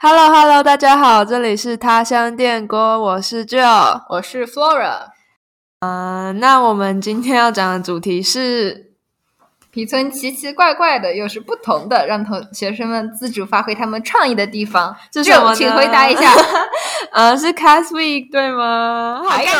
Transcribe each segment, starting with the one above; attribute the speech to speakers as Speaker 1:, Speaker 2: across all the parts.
Speaker 1: Hello Hello，大家好，这里是他乡电锅，我是 Joe。
Speaker 2: 我是 Flora，
Speaker 1: 呃，那我们今天要讲的主题是，
Speaker 2: 皮村奇奇怪怪的又是不同的，让同学生们自主发挥他们创意的地方。
Speaker 1: 这是
Speaker 2: 就
Speaker 1: 什么呢
Speaker 2: 请回答一下。
Speaker 1: 呃，是 Cast Week 对吗？
Speaker 2: 还有，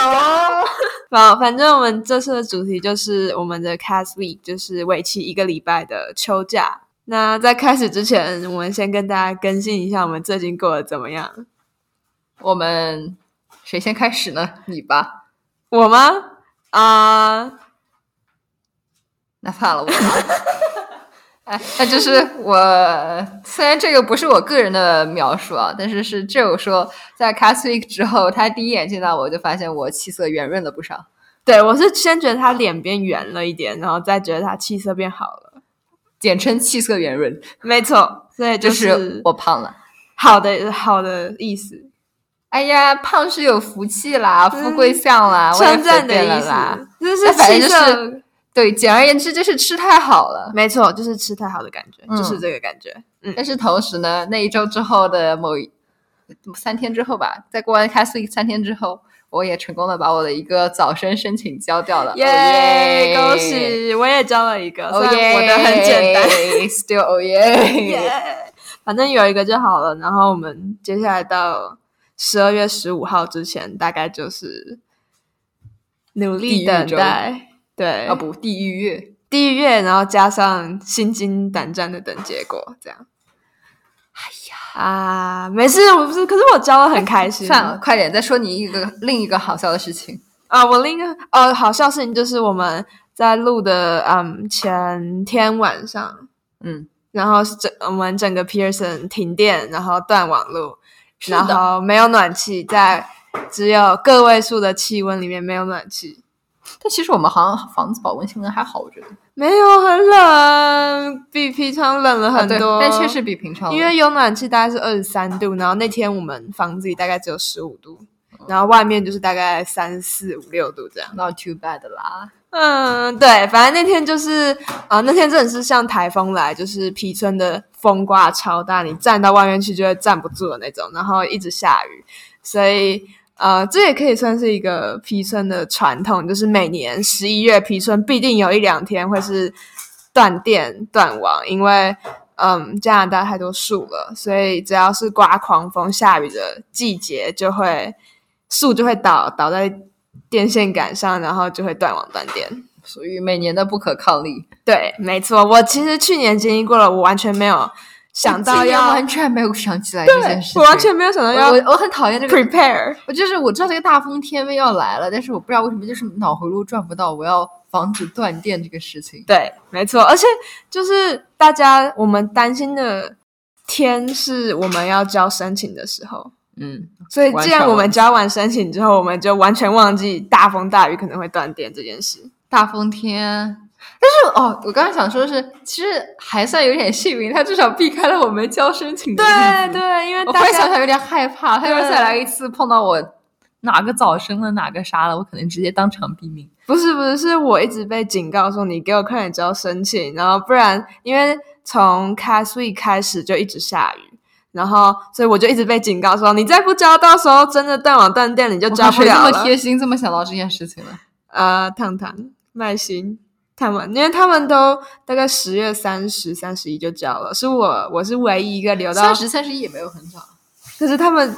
Speaker 1: 好，反正我们这次的主题就是我们的 Cast Week，就是为期一个礼拜的秋假。那在开始之前，我们先跟大家更新一下我们最近过得怎么样。
Speaker 2: 我们谁先开始呢？你吧。
Speaker 1: 我吗？啊、
Speaker 2: 那算了，我吧。哎，那就是我。虽然这个不是我个人的描述啊，但是是 Joe 说，在 Cast Week 之后，他第一眼见到我就发现我气色圆润了不少。
Speaker 1: 对我是先觉得他脸变圆了一点，然后再觉得他气色变好了。
Speaker 2: 简称气色圆润，
Speaker 1: 没错，所以
Speaker 2: 就
Speaker 1: 就是
Speaker 2: 是我胖了。
Speaker 1: 好的好的意思，
Speaker 2: 哎呀，胖是有福气啦，富贵相啦，啊我也
Speaker 1: 嗯称赞的
Speaker 2: 随便了
Speaker 1: 意
Speaker 2: 啦。
Speaker 1: 思，就是
Speaker 2: 那反正
Speaker 1: 气
Speaker 2: 就是
Speaker 1: 色
Speaker 2: 对，简而言之就是吃太好了。
Speaker 1: 没错，就是吃太好的感觉，就是
Speaker 2: 嗯
Speaker 1: 这个感觉。嗯，
Speaker 2: 但是同时呢，那一周之后的某一三天之后吧，在过完 Cast Week 三天之后，我也成功的把我的一个早生申请交掉了。
Speaker 1: 耶，恭！喜！我也交了一个，
Speaker 2: 哦
Speaker 1: 虽然
Speaker 2: 耶，
Speaker 1: 我的很简单。
Speaker 2: ，still 哦 耶。
Speaker 1: 耶，反正有一个就好了。然后我们接下来到十二月十五号之前，大概就是努力
Speaker 2: 地狱
Speaker 1: 等
Speaker 2: 周
Speaker 1: 待。对，
Speaker 2: 啊不，地狱月。
Speaker 1: 第一月，然后加上心惊胆战的等结果，这样。哎呀啊，没事，我不是，可是我交的很开心。
Speaker 2: 算了，快点再说你一个另一个好笑的事情。
Speaker 1: 啊，我另一个呃，好笑事情就是我们在录的嗯前天晚上，
Speaker 2: 嗯，
Speaker 1: 然后是整我们整个 Pearson 停电，然后断网络，
Speaker 2: 是
Speaker 1: 然
Speaker 2: 的，
Speaker 1: 后没有暖气，在只有个位数的气温里面没有暖气，
Speaker 2: 但其实我们好像房子保温性能还好，我觉得
Speaker 1: 没有很冷，比平常冷了很
Speaker 2: 啊对
Speaker 1: 多，
Speaker 2: 但确实比平常
Speaker 1: 因为有暖气大概是二十三度，然后那天我们房子里大概只有十五度，然后外面就是大概三四五六度这样。
Speaker 2: not too bad 啦。
Speaker 1: 嗯，对，反正那天就是啊、那天真的是像台风来，就是皮村的风刮超大，你站到外面去就会站不住的那种，然后一直下雨，所以呃，这也可以算是一个皮村的传统，就是每年十一月皮村必定有一两天会是断电断网，因为嗯，加拿大太多树了，所以只要是刮狂风下雨的季节，就会树就会倒倒在电线杆上，然后就会断网断电。
Speaker 2: 属于每年的不可抗力。
Speaker 1: 对，没错，我其实去年经历过了，我完全没有想到
Speaker 2: 今年
Speaker 1: 要，
Speaker 2: 完全没有想起来这件事情，
Speaker 1: 我完全没有想到要
Speaker 2: 我我我很讨厌这个。
Speaker 1: prepare。
Speaker 2: 我就是我知道这个大风天要来了，但是我不知道为什么就是脑回路转不到，我要防止断电这个事情。
Speaker 1: 对，没错，而且就是大家我们担心的天是我们要交申请的时候，
Speaker 2: 嗯，
Speaker 1: 所以既然我们
Speaker 2: 完全忘记
Speaker 1: 交完申请之后，我们就完全忘记大风大雨可能会断电这件事。
Speaker 2: 大风天，但是哦，我刚刚想说的是，其实还算有点幸运，他至少避开了我们交申请的 日
Speaker 1: 对
Speaker 2: 子。
Speaker 1: 对，因为
Speaker 2: 我忽
Speaker 1: 大
Speaker 2: 然想
Speaker 1: 家
Speaker 2: 想有点害怕，他要
Speaker 1: 对
Speaker 2: 是再来一次碰到我哪个早生了哪个啥了，我可能直接当场毙命。
Speaker 1: 不是不是，是我一直被警告说你给我快点交申请，然后不然因为从 cast week 开始就一直下雨。然后，所以我就一直被警告说，你再不交，到时候真的断网断电，你就
Speaker 2: 我
Speaker 1: 交
Speaker 2: 靠
Speaker 1: 不
Speaker 2: 谁这
Speaker 1: 了
Speaker 2: 么
Speaker 1: 了。
Speaker 2: 贴心，这么想到这件事情了？
Speaker 1: 呃，糖糖、麦心他们，因为他们都大概十月三十、三十一就交了，是我我是唯一一个留到
Speaker 2: 三，十三十一也没有很少，
Speaker 1: 可是他们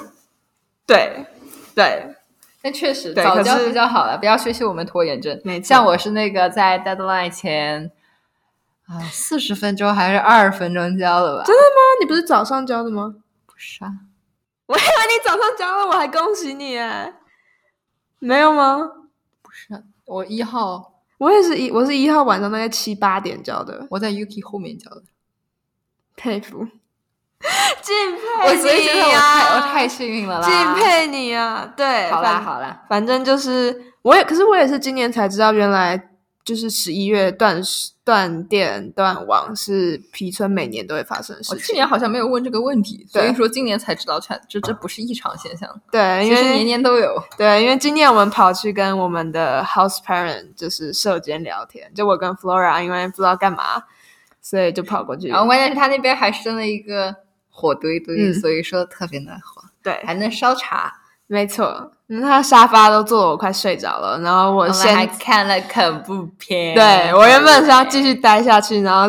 Speaker 1: 对对
Speaker 2: 但确实
Speaker 1: 对
Speaker 2: 早
Speaker 1: 可
Speaker 2: 教
Speaker 1: 是
Speaker 2: 比较好了，不要学习我们拖延症
Speaker 1: 没。错
Speaker 2: 像我是那个在 deadline 前啊四十分钟还是二十分钟交的吧？
Speaker 1: 真的吗？你不是早上交的吗？
Speaker 2: 不是啊，
Speaker 1: 我以为你早上交了，我还恭喜你哎，没有吗？
Speaker 2: 不是啊，我一号
Speaker 1: 我也是一，我是一号晚上大概七八点交的，
Speaker 2: 我在 Yuki 后面交的。
Speaker 1: 佩服，敬佩
Speaker 2: 我所以觉
Speaker 1: 你
Speaker 2: 得我太
Speaker 1: 啊
Speaker 2: 我太幸运了啦。
Speaker 1: 敬佩你啊！对，
Speaker 2: 好啦
Speaker 1: 反
Speaker 2: 好啦，
Speaker 1: 反正就是我也，可是我也是今年才知道，原来就是十一月断水断电断网是皮村每年都会发生的事
Speaker 2: 我
Speaker 1: 情。
Speaker 2: 去年好像没有问这个问题，所
Speaker 1: 对
Speaker 2: 以说今年才知道，这这这不是异常现象，
Speaker 1: 对，
Speaker 2: 其
Speaker 1: 因
Speaker 2: 实
Speaker 1: 为
Speaker 2: 年年都有。
Speaker 1: 对，因为今年我们跑去跟我们的 house parent 就是社监聊天，就我跟 Flora 因为不知道干嘛，所以就跑过去。
Speaker 2: 然后关键是他那边还生了一个火堆堆，
Speaker 1: 嗯
Speaker 2: 所以说特别暖和，
Speaker 1: 对，
Speaker 2: 还能烧茶。
Speaker 1: 没错。嗯，他沙发都坐得我快睡着了，然后我
Speaker 2: 我
Speaker 1: 先
Speaker 2: 们还看了恐怖片，
Speaker 1: 对我原本是要继续待下去，然后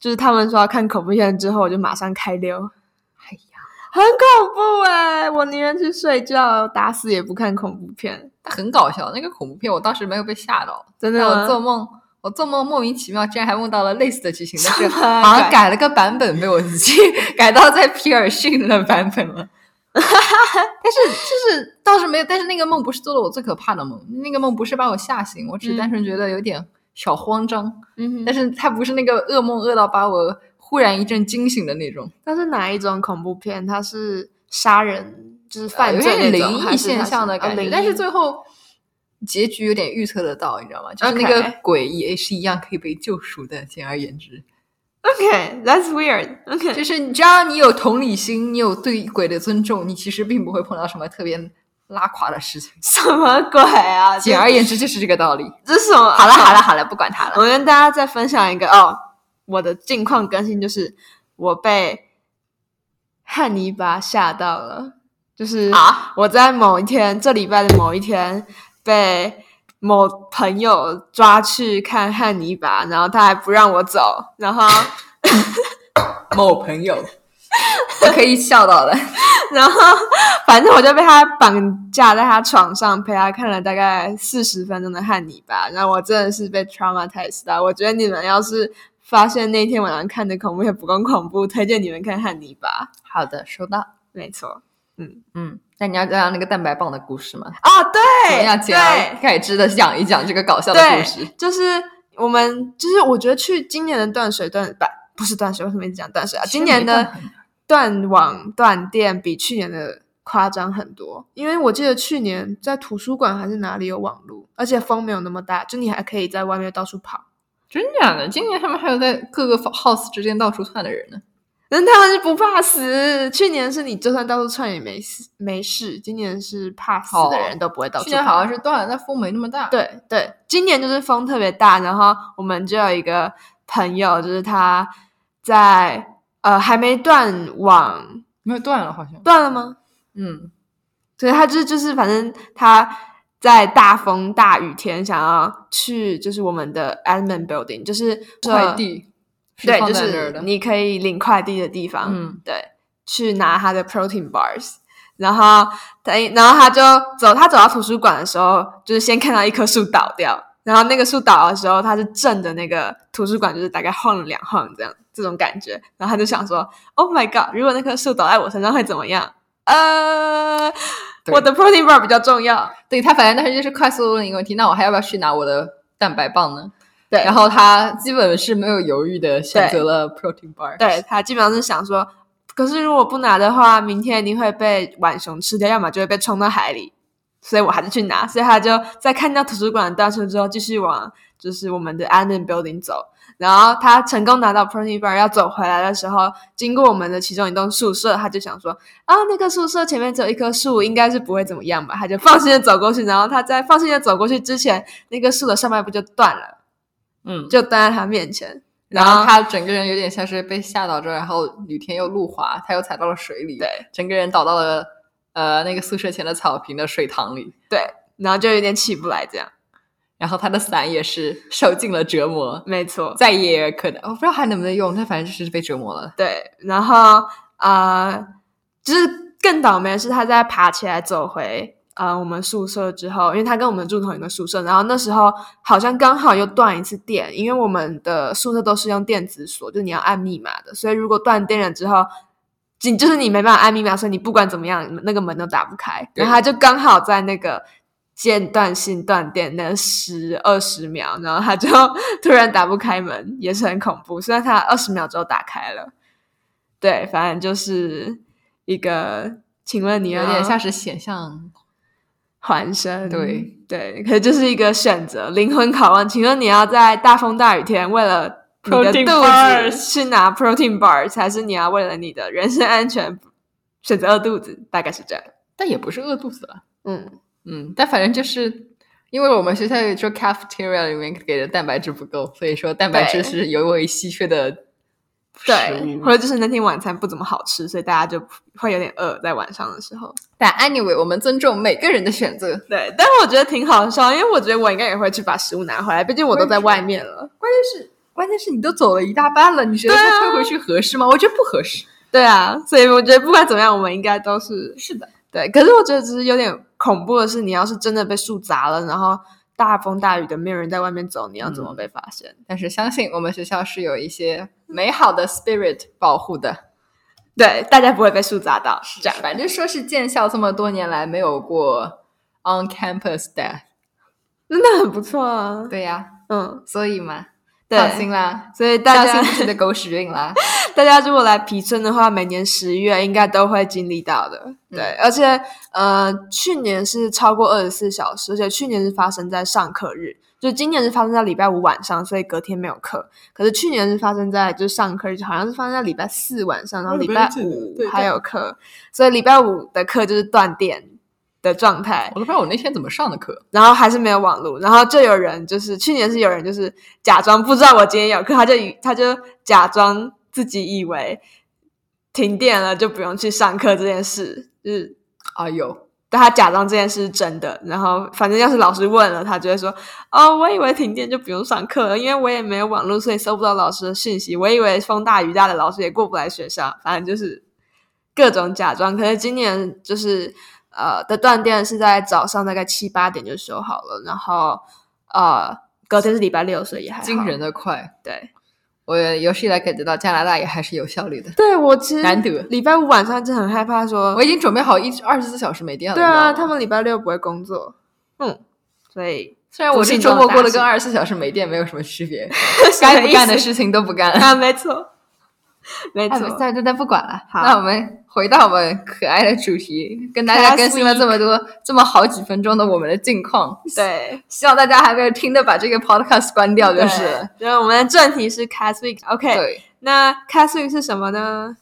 Speaker 1: 就是他们说要看恐怖片之后，我就马上开溜。
Speaker 2: 哎呀，
Speaker 1: 很恐怖哎、我宁愿去睡觉，打死也不看恐怖片。
Speaker 2: 很搞笑。那个恐怖片我当时没有被吓到，
Speaker 1: 真的
Speaker 2: 但
Speaker 1: 吗？
Speaker 2: 我做梦，我做梦莫名其妙竟然还梦到了类似的剧情，但是
Speaker 1: 么
Speaker 2: 好像
Speaker 1: 鬼
Speaker 2: 改了个版本，被我自己 改到在皮尔逊的版本 了。但是就是倒是没有，但是那个梦不是做了我最可怕的梦，那个梦不是把我吓醒，我只是
Speaker 1: 嗯
Speaker 2: 单纯觉得有点小慌张，
Speaker 1: 嗯
Speaker 2: 但
Speaker 1: 哼，
Speaker 2: 是它不是那个噩梦饿到把我忽然一阵惊醒的那种，
Speaker 1: 那是哪一种恐怖片？它是杀人，就是犯
Speaker 2: 呃啊有
Speaker 1: 罪
Speaker 2: 点
Speaker 1: 那种
Speaker 2: 灵
Speaker 1: 还
Speaker 2: 异
Speaker 1: 是它
Speaker 2: 现
Speaker 1: 是
Speaker 2: 象的
Speaker 1: 哦
Speaker 2: 感觉，
Speaker 1: 灵
Speaker 2: 但
Speaker 1: 异
Speaker 2: 是最后。结局有点预测得到，你知道吗？就是那个
Speaker 1: OK
Speaker 2: 鬼也是一样可以被救赎的。简而言之，
Speaker 1: OK，that's、weird。OK，
Speaker 2: 就是你只要你有同理心，你有对鬼的尊重，你其实并不会碰到什么特别拉垮的事情。
Speaker 1: 什么鬼啊？
Speaker 2: 简而言之，就是这个道理。
Speaker 1: 这这是什么？
Speaker 2: 好了好了好了，不管他
Speaker 1: 我
Speaker 2: 了。
Speaker 1: 跟大家再分享一个哦，我的近况更新就是我被汉尼拔吓到了，就是
Speaker 2: 啊，
Speaker 1: 我在某一天，这礼拜的某一天被某朋友抓去看汉尼拔，然后他还不让我走，然后
Speaker 2: 某朋友，我可以笑到的。
Speaker 1: 然后反正我就被他绑架在他床上，陪他看了大概四十分钟的汉尼拔，然后我真的是被 traumatized 到。我觉得你们要是发现那天晚上看的恐怖片不够恐怖，推荐你们看汉尼拔。
Speaker 2: 好的，收到。
Speaker 1: 没错，
Speaker 2: 嗯，那你要讲讲那个蛋白棒的故事吗？
Speaker 1: 啊，
Speaker 2: 我们
Speaker 1: 对，
Speaker 2: 要哦简而
Speaker 1: 对
Speaker 2: 改之的讲一讲这个搞笑的故事。
Speaker 1: 就是我们，就是我觉得去今年的断水断不不是断水，为什么一直讲断水啊？今年
Speaker 2: 其实没
Speaker 1: 的
Speaker 2: 断很
Speaker 1: 断网断电比去年的夸张很多，因为我记得去年在图书馆还是哪里有网络，而且风没有那么大，就你还可以在外面到处跑。
Speaker 2: 真假的？今年他们还有在各个 house 之间到处窜的人呢。
Speaker 1: 但他们是不怕死，去年是你就算到处窜也没事没事，今年是怕死的人都不会到处跑。
Speaker 2: 去年好像是断了，但风没那么大。，
Speaker 1: 对对，今年就是风特别大，然后我们就有一个朋友，就是他在呃还没断网，
Speaker 2: 没有断了，好像。
Speaker 1: 断了吗？
Speaker 2: 嗯，
Speaker 1: 对，他就是就是反正他在大风大雨天想要去就是我们的 admin building，就是
Speaker 2: 快递是
Speaker 1: 对，
Speaker 2: 放
Speaker 1: 就
Speaker 2: 在那儿
Speaker 1: 是
Speaker 2: 的
Speaker 1: 你可以领快递的地方，
Speaker 2: 嗯，
Speaker 1: 对，去拿他的 protein bars。然后他，然后他就走，他走到图书馆的时候，就是先看到一棵树倒掉，然后那个树倒的时候，他是正的那个图书馆，就是大概晃了两晃这样，这种感觉。然后他就想说，Oh my god，如果那棵树倒在我身上会怎么样？呃，
Speaker 2: 对
Speaker 1: 我的 protein bar 比较重要。
Speaker 2: 对他反正当时就是快速问了一个问题，那我还要不要去拿我的蛋白棒呢？
Speaker 1: 对，
Speaker 2: 然后他基本是没有犹豫的选择了 protein bar。
Speaker 1: 对他基本上是想说，可是如果不拿的话，明天一定会被浣熊吃掉，要么就会被冲到海里。所以我还是去拿，所以他就在看到图书馆的断书之后，继续往就是我们的 admin building 走。然后他成功拿到 protein bar 要走回来的时候，经过我们的其中一栋宿舍，他就想说啊，那个宿舍前面只有一棵树，应该是不会怎么样吧？他就放心的走过去。然后他在放心的走过去之前，那棵树的上半部就断了，
Speaker 2: 嗯，
Speaker 1: 就断在他面前。
Speaker 2: 然后他整个人有点像是被吓到之后，然后雨天又路滑，他又踩到了水里，
Speaker 1: 对，
Speaker 2: 整个人倒到了呃那个宿舍前的草坪的水塘里，
Speaker 1: 对，然后就有点起不来这样。
Speaker 2: 然后他的伞也是受尽了折磨，
Speaker 1: 没错，
Speaker 2: 再也可能我不知道还能不能用，但反正就是被折磨了。
Speaker 1: 对。然后啊、呃就是更倒霉的是，他在爬起来走回呃我们宿舍之后，因为他跟我们住同一个宿舍，然后那时候好像刚好又断一次电，因为我们的宿舍都是用电子锁，就你要按密码的，所以如果断电了之后。你就是你没办法按密码，所以你不管怎么样，那个门都打不开。
Speaker 2: 对
Speaker 1: 然后他就刚好在那个间断性断电那十二十秒，然后他就 突然打不开门，也是很恐怖。虽然他二十秒之后打开了，对，反正就是一个，请问你
Speaker 2: 有
Speaker 1: 要
Speaker 2: 点像是显像
Speaker 1: 还声，
Speaker 2: 对
Speaker 1: 对，可是就是一个选择，灵魂拷问，请问你要在大风大雨天为了你的
Speaker 2: Protein
Speaker 1: 肚
Speaker 2: bars
Speaker 1: 子去拿 protein bar，还是你要为了你的人身安全选择饿肚子？大概是这样。
Speaker 2: 但也不是饿肚子了。
Speaker 1: 嗯，
Speaker 2: 嗯，但反正就是因为我们学校有说 cafeteria 里面给的蛋白质不够，所以说蛋白
Speaker 1: 对
Speaker 2: 质是尤为稀缺的食
Speaker 1: 对，
Speaker 2: 欲
Speaker 1: 或者就是那天晚餐不怎么好吃，所以大家就会有点饿，在晚上的时候。
Speaker 2: 但 anyway，我们尊重每个人的选择。
Speaker 1: 对，但我觉得挺好笑，因为我觉得我应该也会去把食物拿回来，毕竟我都在外面了。
Speaker 2: 关键是，关键是你都走了一大半了，你觉得
Speaker 1: 对啊
Speaker 2: 他退回去合适吗？我觉得不合适。
Speaker 1: 对啊，所以我觉得不管怎么样，我们应该都是
Speaker 2: 是的，
Speaker 1: 对。可是我觉得只是有点恐怖的是，你要是真的被树砸了，然后大风大雨的，没有人在外面走，你要
Speaker 2: 嗯
Speaker 1: 怎么被发现？
Speaker 2: 但是相信我们学校是有一些美好的 spirit 保护的。
Speaker 1: 对，大家不会被树砸到，这
Speaker 2: 这
Speaker 1: 样
Speaker 2: 样，反正说是建校这么多年来没有过 on campus death。
Speaker 1: 那很不错啊。
Speaker 2: 对呀、
Speaker 1: 嗯，
Speaker 2: 所以嘛，
Speaker 1: 对
Speaker 2: 放心啦，
Speaker 1: 所以大
Speaker 2: 相
Speaker 1: 家
Speaker 2: 信自己的狗屎运啦。
Speaker 1: 大家如果来皮村的话，每年十月应该都会经历到
Speaker 2: 嗯
Speaker 1: 的。对，而且呃，去年是超过二十四小时，而且去年是发生在上课日，就今年是发生在礼拜五晚上，所以隔天没有课。可是去年是发生在就是上课日，好像是发生在礼拜四晚上，然后
Speaker 2: 我也
Speaker 1: 礼
Speaker 2: 不
Speaker 1: 拜
Speaker 2: 记得
Speaker 1: 五
Speaker 2: 对
Speaker 1: 还有课，所以礼拜五的课就是断电的状态。
Speaker 2: 我都不知道我那天怎么上的课。
Speaker 1: 然后还是没有网络，然后就有人就是去年是有人就是假装不知道我今天有课，他就以他就假装自己以为停电了就不用去上课这件事，就是
Speaker 2: 啊，有，
Speaker 1: 但他假装这件事是真的。然后反正要是老师问了，他就会说：“哦，我以为停电就不用上课了，因为我也没有网络，所以搜不到老师的信息。我以为风大雨大的，老师也过不来学校。反正就是各种假装。可是今年就是呃的断电是在早上大概七八点就修好了，然后呃隔天是礼拜六，所以也还好
Speaker 2: 惊人。的快。
Speaker 1: 对，
Speaker 2: 我有史以来感觉到加拿大也还是有效率的。
Speaker 1: 对我其实
Speaker 2: 难得
Speaker 1: 礼拜五晚上就很害怕说
Speaker 2: 我，已经准备好一二十四小时没电了。
Speaker 1: 对
Speaker 2: 你知道
Speaker 1: 啊，
Speaker 2: 吗
Speaker 1: 他们礼拜六不会工作，嗯，所 以
Speaker 2: 虽然我这
Speaker 1: 不信
Speaker 2: 周末过得
Speaker 1: 这
Speaker 2: 跟
Speaker 1: 种
Speaker 2: 二十四小时没电没有什么区别，该不干的事情都不干。
Speaker 1: 啊，没错，啊没
Speaker 2: 哎，
Speaker 1: 错，
Speaker 2: 算了，但不管了。
Speaker 1: 好
Speaker 2: 那我们回到我们可爱的主题，跟大家
Speaker 1: Class
Speaker 2: 更新了这么多、这么好几分钟的我们的近况。，
Speaker 1: 对，
Speaker 2: 希望大家还没有听的把这个 podcast 关掉就是了。
Speaker 1: 对。然后我们的正题是 Cast Week，OK，、
Speaker 2: 对，哎
Speaker 1: 那 Cast Week 是什么呢？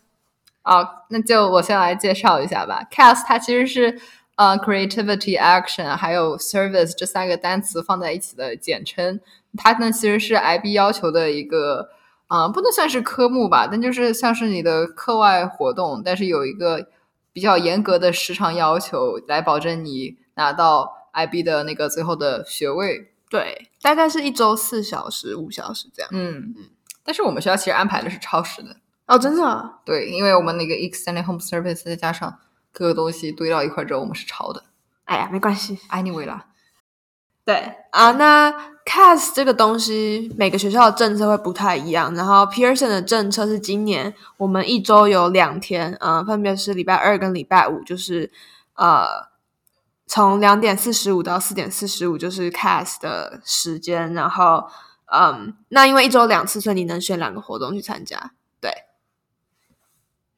Speaker 2: 好，那就我先来介绍一下吧。Cast 它其实是呃 creativity、action 还有 service 这三个单词放在一起的简称。它呢其实是 IB 要求的一个，啊、不能算是科目吧，但就是像是你的课外活动，但是有一个比较严格的时长要求，来保证你拿到 IB 的那个最后的学位。
Speaker 1: 对，大概是一周四小时、五小时这样。
Speaker 2: 嗯，但是我们学校其实安排的是超时的。
Speaker 1: 哦，真的啊、
Speaker 2: 对，因为我们那个 extended home service 再加上各个东西堆到一块之后，我们是超的。
Speaker 1: 哎呀，没关系。
Speaker 2: Anyway 啦，
Speaker 1: 对啊，那 CAS 这个东西，每个学校的政策会不太一样。然后 Pearson 的政策是今年我们一周有两天，嗯、分别是礼拜二跟礼拜五，就是呃，从两点四十五到四点四十五就是 CAS 的时间。然后，嗯，那因为一周两次，所以你能选两个活动去参加。对，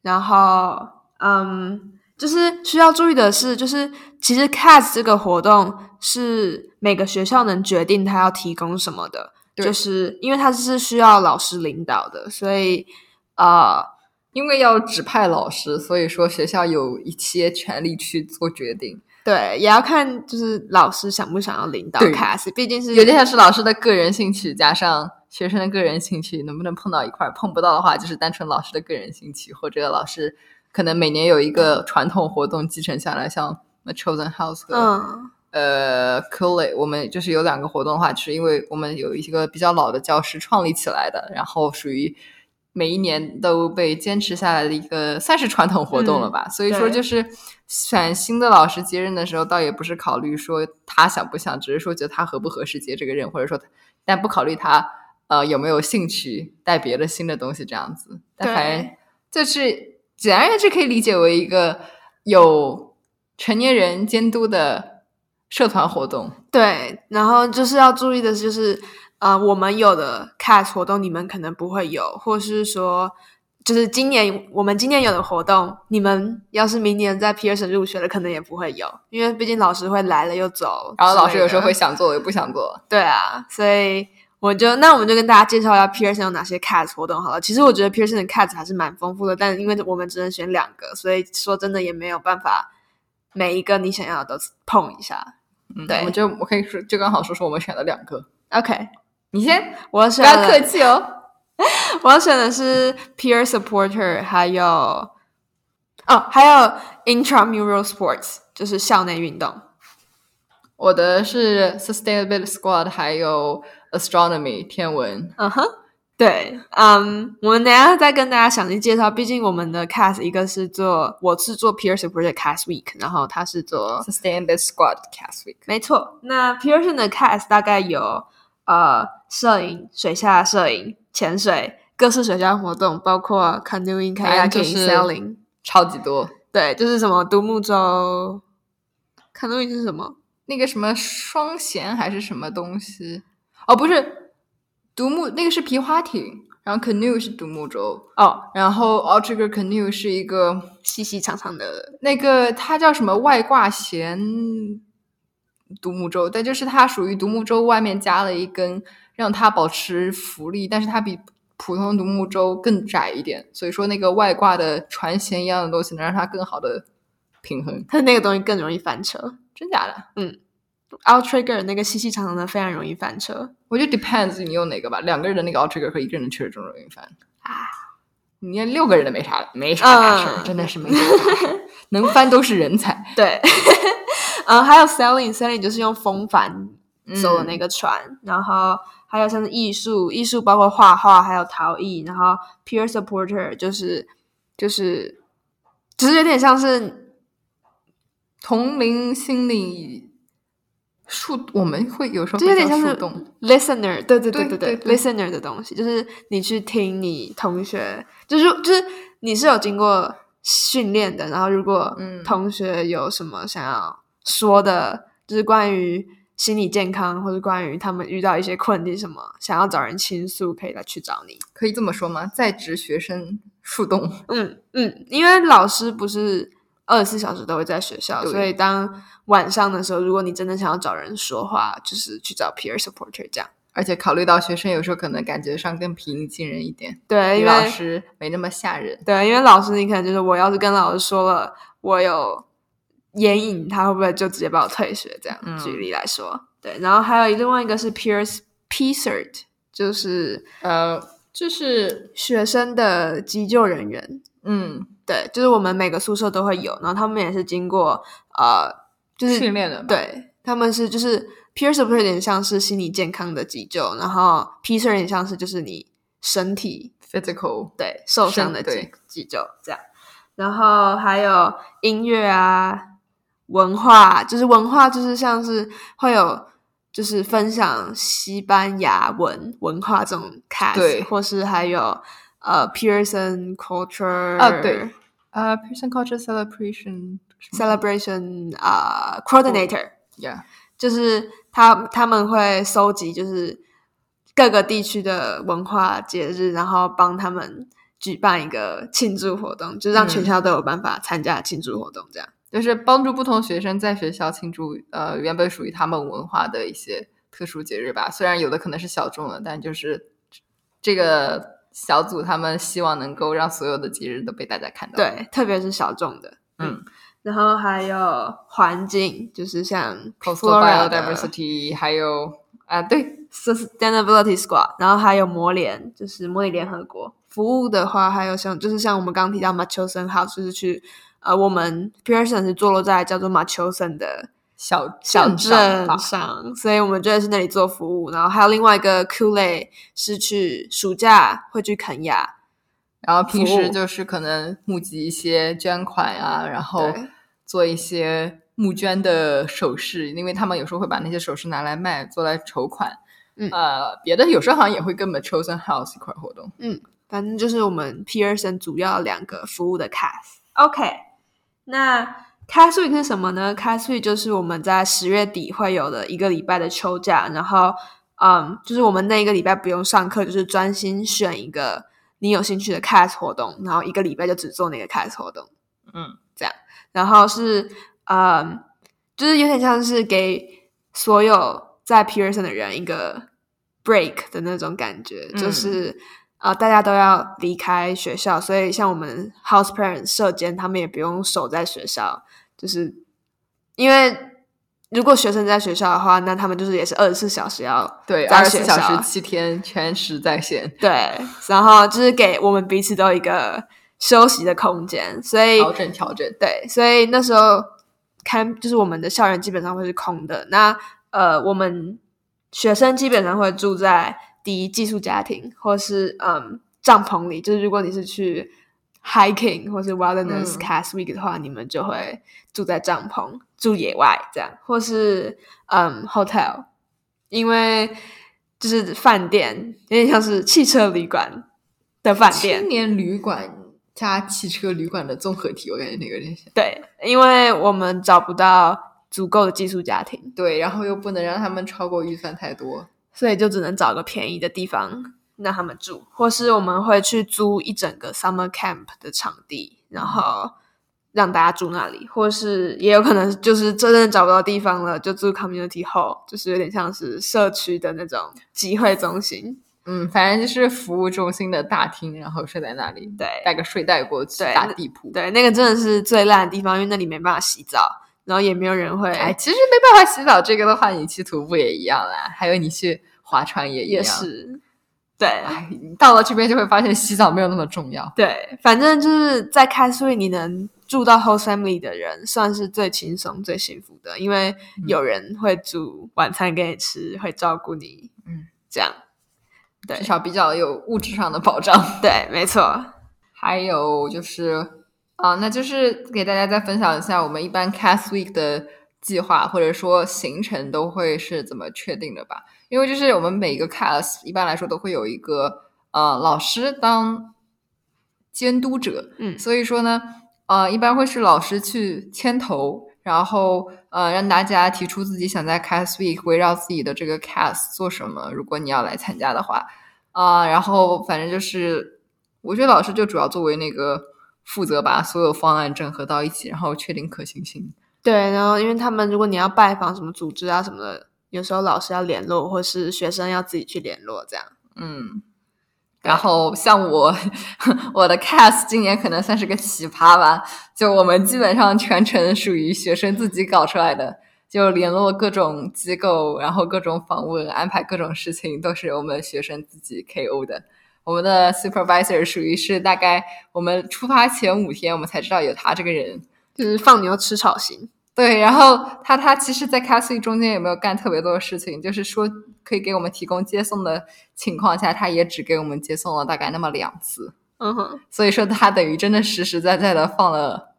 Speaker 1: 然后，嗯，就是需要注意的是，就是其实 CAS 这个活动是每个学校能决定它要提供什么的，
Speaker 2: 对
Speaker 1: 就是因为它是需要老师领导的，所以呃，
Speaker 2: 因为要指派老师，所以说学校有一些权利去做决定，
Speaker 1: 对，也要看就是老师想不想要领导
Speaker 2: 对
Speaker 1: CAS，毕竟是
Speaker 2: 有点像是老师的个人兴趣加上学生的个人兴趣能不能碰到一块儿，碰不到的话就是单纯老师的个人兴趣，或者老师可能每年有一个传统活动继承下来，像 m a c h i l d r e n House 和
Speaker 1: 嗯，
Speaker 2: 呃 c o l e 我们就是有两个活动的话，是因为我们有一个比较老的教师创立起来的，然后属于每一年都被坚持下来的一个算是传统活动了吧。所以说，
Speaker 1: 对
Speaker 2: 就是选新的老师接任的时候，倒也不是考虑说他想不想，只是说觉得他合不合适接这个任，或者说，但不考虑他呃有没有兴趣带别的新的东西这样子。但反正
Speaker 1: 对
Speaker 2: 就是简而言之，可以理解为一个有成年人监督的社团活动。
Speaker 1: 对，然后就是要注意的是，就是呃，我们有的 cast 活动你们可能不会有，或是说，就是今年我们今年有的活动，你们要是明年在 Pearson 入学了，可能也不会有，因为毕竟老师会来了又走，
Speaker 2: 然后老师有时候会想做，我也不想做。
Speaker 1: 对啊，所以我就那我们就跟大家介绍一下 Pearson 有哪些 CAS 活动好了。其实我觉得 Pearson 的 CAS 还是蛮丰富的，但因为我们只能选两个，所以说真的也没有办法每一个你想要的都碰一下。
Speaker 2: 嗯，
Speaker 1: 对
Speaker 2: 我们就我可以说，就刚好说说我们选了两个。
Speaker 1: OK，
Speaker 2: 你先，
Speaker 1: 我选
Speaker 2: 不要
Speaker 1: 了
Speaker 2: 客气哦。
Speaker 1: 我要选的是 peer supporter，还有哦，还有 intramural sports，就是校内运动。
Speaker 2: 我的是 sustainability squad，还有 astronomy 天文。
Speaker 1: 嗯哼，对，嗯，我们等一下再跟大家详细介绍。毕竟我们的 cast 一个是做，我是做 peer supporter cast week，然后他是做，
Speaker 2: sustainability squad cast week。
Speaker 1: 没错。那 Pearson 的 cast 大概有呃摄影、水下摄影、潜水、各式水下活动，包括 canoeing、
Speaker 2: 反正就
Speaker 1: kayaking、
Speaker 2: 是
Speaker 1: sailing。
Speaker 2: 超级多。
Speaker 1: 对，就是什么独木舟，canoeing 是什么？
Speaker 2: 那个什么双舷还是什么东西？哦，不是，独木那个是皮划艇，然后 canoe 是独木舟，
Speaker 1: 哦，
Speaker 2: 然后 outrigger canoe 是一个
Speaker 1: 细细长长的，
Speaker 2: 那个它叫什么外挂弦独木舟，但就是它属于独木舟外面加了一根，让它保持浮力，但是它比。普通独木舟更窄一点，所以说那个外挂的船舷一样的东西能让它更好的平衡，
Speaker 1: 它那个东西更容易翻车。
Speaker 2: 真假的？
Speaker 1: Out trigger 那个细细长长的非常容易翻车。
Speaker 2: 我觉得 depends 你用哪个吧，两个人的那个 out trigger 和一个人的确实更容易翻
Speaker 1: 啊。
Speaker 2: 你看六个人的没啥，没啥大事儿，
Speaker 1: 嗯
Speaker 2: 真的是没啥大 事儿，能翻都是人才。
Speaker 1: 对， 嗯，还有 sailing，sailing 就是用风帆走的
Speaker 2: 嗯
Speaker 1: 那个船，然后还有像是艺术，艺术包括画画，还有陶艺，然后 peer supporter 就是就是就是有点像是
Speaker 2: 同龄心理树，我们会有时候
Speaker 1: 就
Speaker 2: 会
Speaker 1: 有点
Speaker 2: 叫
Speaker 1: 像是
Speaker 2: 树洞，
Speaker 1: listener，对对对
Speaker 2: 对
Speaker 1: 对
Speaker 2: 对对
Speaker 1: listener 的东西，就是你去听你同学，就是就是你是有经过训练的，然后如果
Speaker 2: 嗯
Speaker 1: 同学有什么想要说的，就是关于心理健康或者关于他们遇到一些困境什么，想要找人倾诉，可以来去找你。
Speaker 2: 可以这么说吗？在职学生树洞，
Speaker 1: 嗯嗯，因为老师不是二十四小时都会在学校，
Speaker 2: 对
Speaker 1: 所以当晚上的时候，如果你真的想要找人说话，就是去找 peer supporter 这样。
Speaker 2: 而且考虑到学生有时候可能感觉上更平易近人一点，
Speaker 1: 对，
Speaker 2: 比
Speaker 1: 因
Speaker 2: 老
Speaker 1: 为
Speaker 2: 师没那么吓人。
Speaker 1: 对，因为老师你可能就是我要是跟老师说了我有眼影，他会不会就直接把我退学？这样、
Speaker 2: 嗯
Speaker 1: 举例来说，对。然后还有另外一个是 peer p c e r t 就是
Speaker 2: 呃，就是
Speaker 1: 学生的急救人员。
Speaker 2: 嗯，
Speaker 1: 对，就是我们每个宿舍都会有，然后他们也是经过呃，就是
Speaker 2: 训练的吧，
Speaker 1: 对，他们是就是 peer support 有点像是心理健康的急救，然后 p e a c e 有点像是就是你身体
Speaker 2: physical
Speaker 1: 对受
Speaker 2: 身
Speaker 1: 伤的急
Speaker 2: 对
Speaker 1: 急救这样，然后还有音乐啊，文化就是文化就是像是会有。就是分享西班牙文文化这种 cast，
Speaker 2: 对
Speaker 1: 或是还有呃 Pearson culture
Speaker 2: 啊对呃、p e r s o n culture celebration 什么
Speaker 1: celebration 啊、coordinator，
Speaker 2: Yeah，
Speaker 1: 就是他他们会收集就是各个地区的文化节日，然后帮他们举办一个庆祝活动，就是让全
Speaker 2: 嗯
Speaker 1: 校都有办法参加庆祝活动这样。
Speaker 2: 就是帮助不同学生在学校庆祝呃原本属于他们文化的一些特殊节日吧。虽然有的可能是小众的，但就是这个小组他们希望能够让所有的节日都被大家看到。，
Speaker 1: 对，特别是小众的，
Speaker 2: 嗯。
Speaker 1: 然后还有环境，就是像
Speaker 2: coastal
Speaker 1: Flora 的
Speaker 2: biodiversity 还有啊对
Speaker 1: Sustainability Squad，然后还有魔联，就是模拟联合国。服务的话，还有像就是像我们刚刚提到马丘森 House，就是去呃，我们 Pearson 是坐落在叫做马丘森的
Speaker 2: 小
Speaker 1: 小
Speaker 2: 镇上吧
Speaker 1: 镇上，所以我们就在去那里做服务。然后还有另外一个 Kule 是去暑假会去肯亚，
Speaker 2: 然后平
Speaker 1: 服务
Speaker 2: 时就是可能募集一些捐款啊，然后
Speaker 1: 对
Speaker 2: 做一些募捐的首饰，因为他们有时候会把那些首饰拿来卖，做来筹款。
Speaker 1: 嗯
Speaker 2: 呃，别的有时候好像也会跟 m a t r o s o n House 一块儿活动。
Speaker 1: 反正就是我们 Pearson 主要两个服务的 cast。OK，那 cast week 是什么呢？cast week 就是我们在十月底会有的一个礼拜的秋假，然后嗯，就是我们那一个礼拜不用上课，就是专心选一个你有兴趣的 cast 活动，然后一个礼拜就只做那个 cast 活动。
Speaker 2: 嗯，
Speaker 1: 这样，然后是嗯，就是有点像是给所有在 Pearson 的人一个 break 的那种感觉，就
Speaker 2: 嗯
Speaker 1: 是。呃，大家都要离开学校，所以像我们 house parents 社监，他们也不用守在学校，就是因为如果学生在学校的话，那他们就是也是二十四小时要
Speaker 2: 对，
Speaker 1: 在
Speaker 2: 二十
Speaker 1: 学
Speaker 2: 四
Speaker 1: 校
Speaker 2: 小时七天全时在线，
Speaker 1: 对，然后就是给我们彼此都一个休息的空间，所以
Speaker 2: 调整调整。
Speaker 1: 对，所以那时候看就是我们的校园基本上会是空的。那呃，我们学生基本上会住在第一寄宿家庭或是嗯帐篷里。就是如果你是去 hiking 或是 wilderness
Speaker 2: 嗯
Speaker 1: cast week 的话，你们就会住在帐篷，住野外这样，或是嗯 hotel，因为就是饭店，有点像是汽车旅馆的饭店
Speaker 2: 青。年旅馆加汽车旅馆的综合体，我感觉那个有点像。
Speaker 1: 对，因为我们找不到足够的寄宿家庭，
Speaker 2: 对，然后又不能让他们超过预算太多。
Speaker 1: 所以就只能找个便宜的地方让他们住，或是我们会去租一整个 summer camp 的场地，然后让大家住那里，或是也有可能就是真的找不到地方了，就住 community hall，就是有点像是社区的那种集会中心。
Speaker 2: 嗯，反正就是服务中心的大厅，然后睡在那里，
Speaker 1: 对
Speaker 2: 带个睡袋过去，
Speaker 1: 对
Speaker 2: 打
Speaker 1: 那
Speaker 2: 地铺。
Speaker 1: 对，那个真的是最烂的地方，因为那里没办法洗澡，然后也没有人会。
Speaker 2: 哎，其实没办法洗澡，这个的话，你去徒步也一样啦，还有你去划船也一样。
Speaker 1: 也，是，对，
Speaker 2: 哎，你到了这边就会发现洗澡没有那么重要。
Speaker 1: 对，反正就是在 c a s w e 你能住到 whole family 的人，算是最轻松、最幸福的，因为有人会煮晚餐给你吃，会照顾你，
Speaker 2: 嗯，
Speaker 1: 这样对
Speaker 2: 至少比较有物质上的保障。
Speaker 1: 对，没错，
Speaker 2: 还有就是啊，那就是给大家再分享一下，我们一般 Cast Week 的计划或者说行程都会是怎么确定的吧？因为就是我们每个 Cast 一般来说都会有一个呃老师当监督者，
Speaker 1: 嗯
Speaker 2: 所以说呢，呃，一般会是老师去牵头，然后呃，让大家提出自己想在 Cast Week 围绕自己的这个 Cast 做什么。如果你要来参加的话，啊、然后反正就是，我觉得老师就主要作为那个负责把所有方案整合到一起，然后确定可行性。
Speaker 1: 对。然后，因为他们如果你要拜访什么组织啊什么的，有时候老师要联络，或是学生要自己去联络，这样。
Speaker 2: 嗯。然后像我， 我的 cast 今年可能算是个奇葩吧，就我们基本上全程属于学生自己搞出来的，就联络各种机构，然后各种访问，安排各种事情，都是我们学生自己 KO 的。我们的 supervisor 属于是大概我们出发前五天，我们才知道有他这个人，
Speaker 1: 就是放牛吃草型，
Speaker 2: 对，然后他他其实，在 c a s 中间也没有干特别多的事情，就是说可以给我们提供接送的情况下，他也只给我们接送了大概那么两次，
Speaker 1: 嗯哼，
Speaker 2: 所以说他等于真的实实在在的放了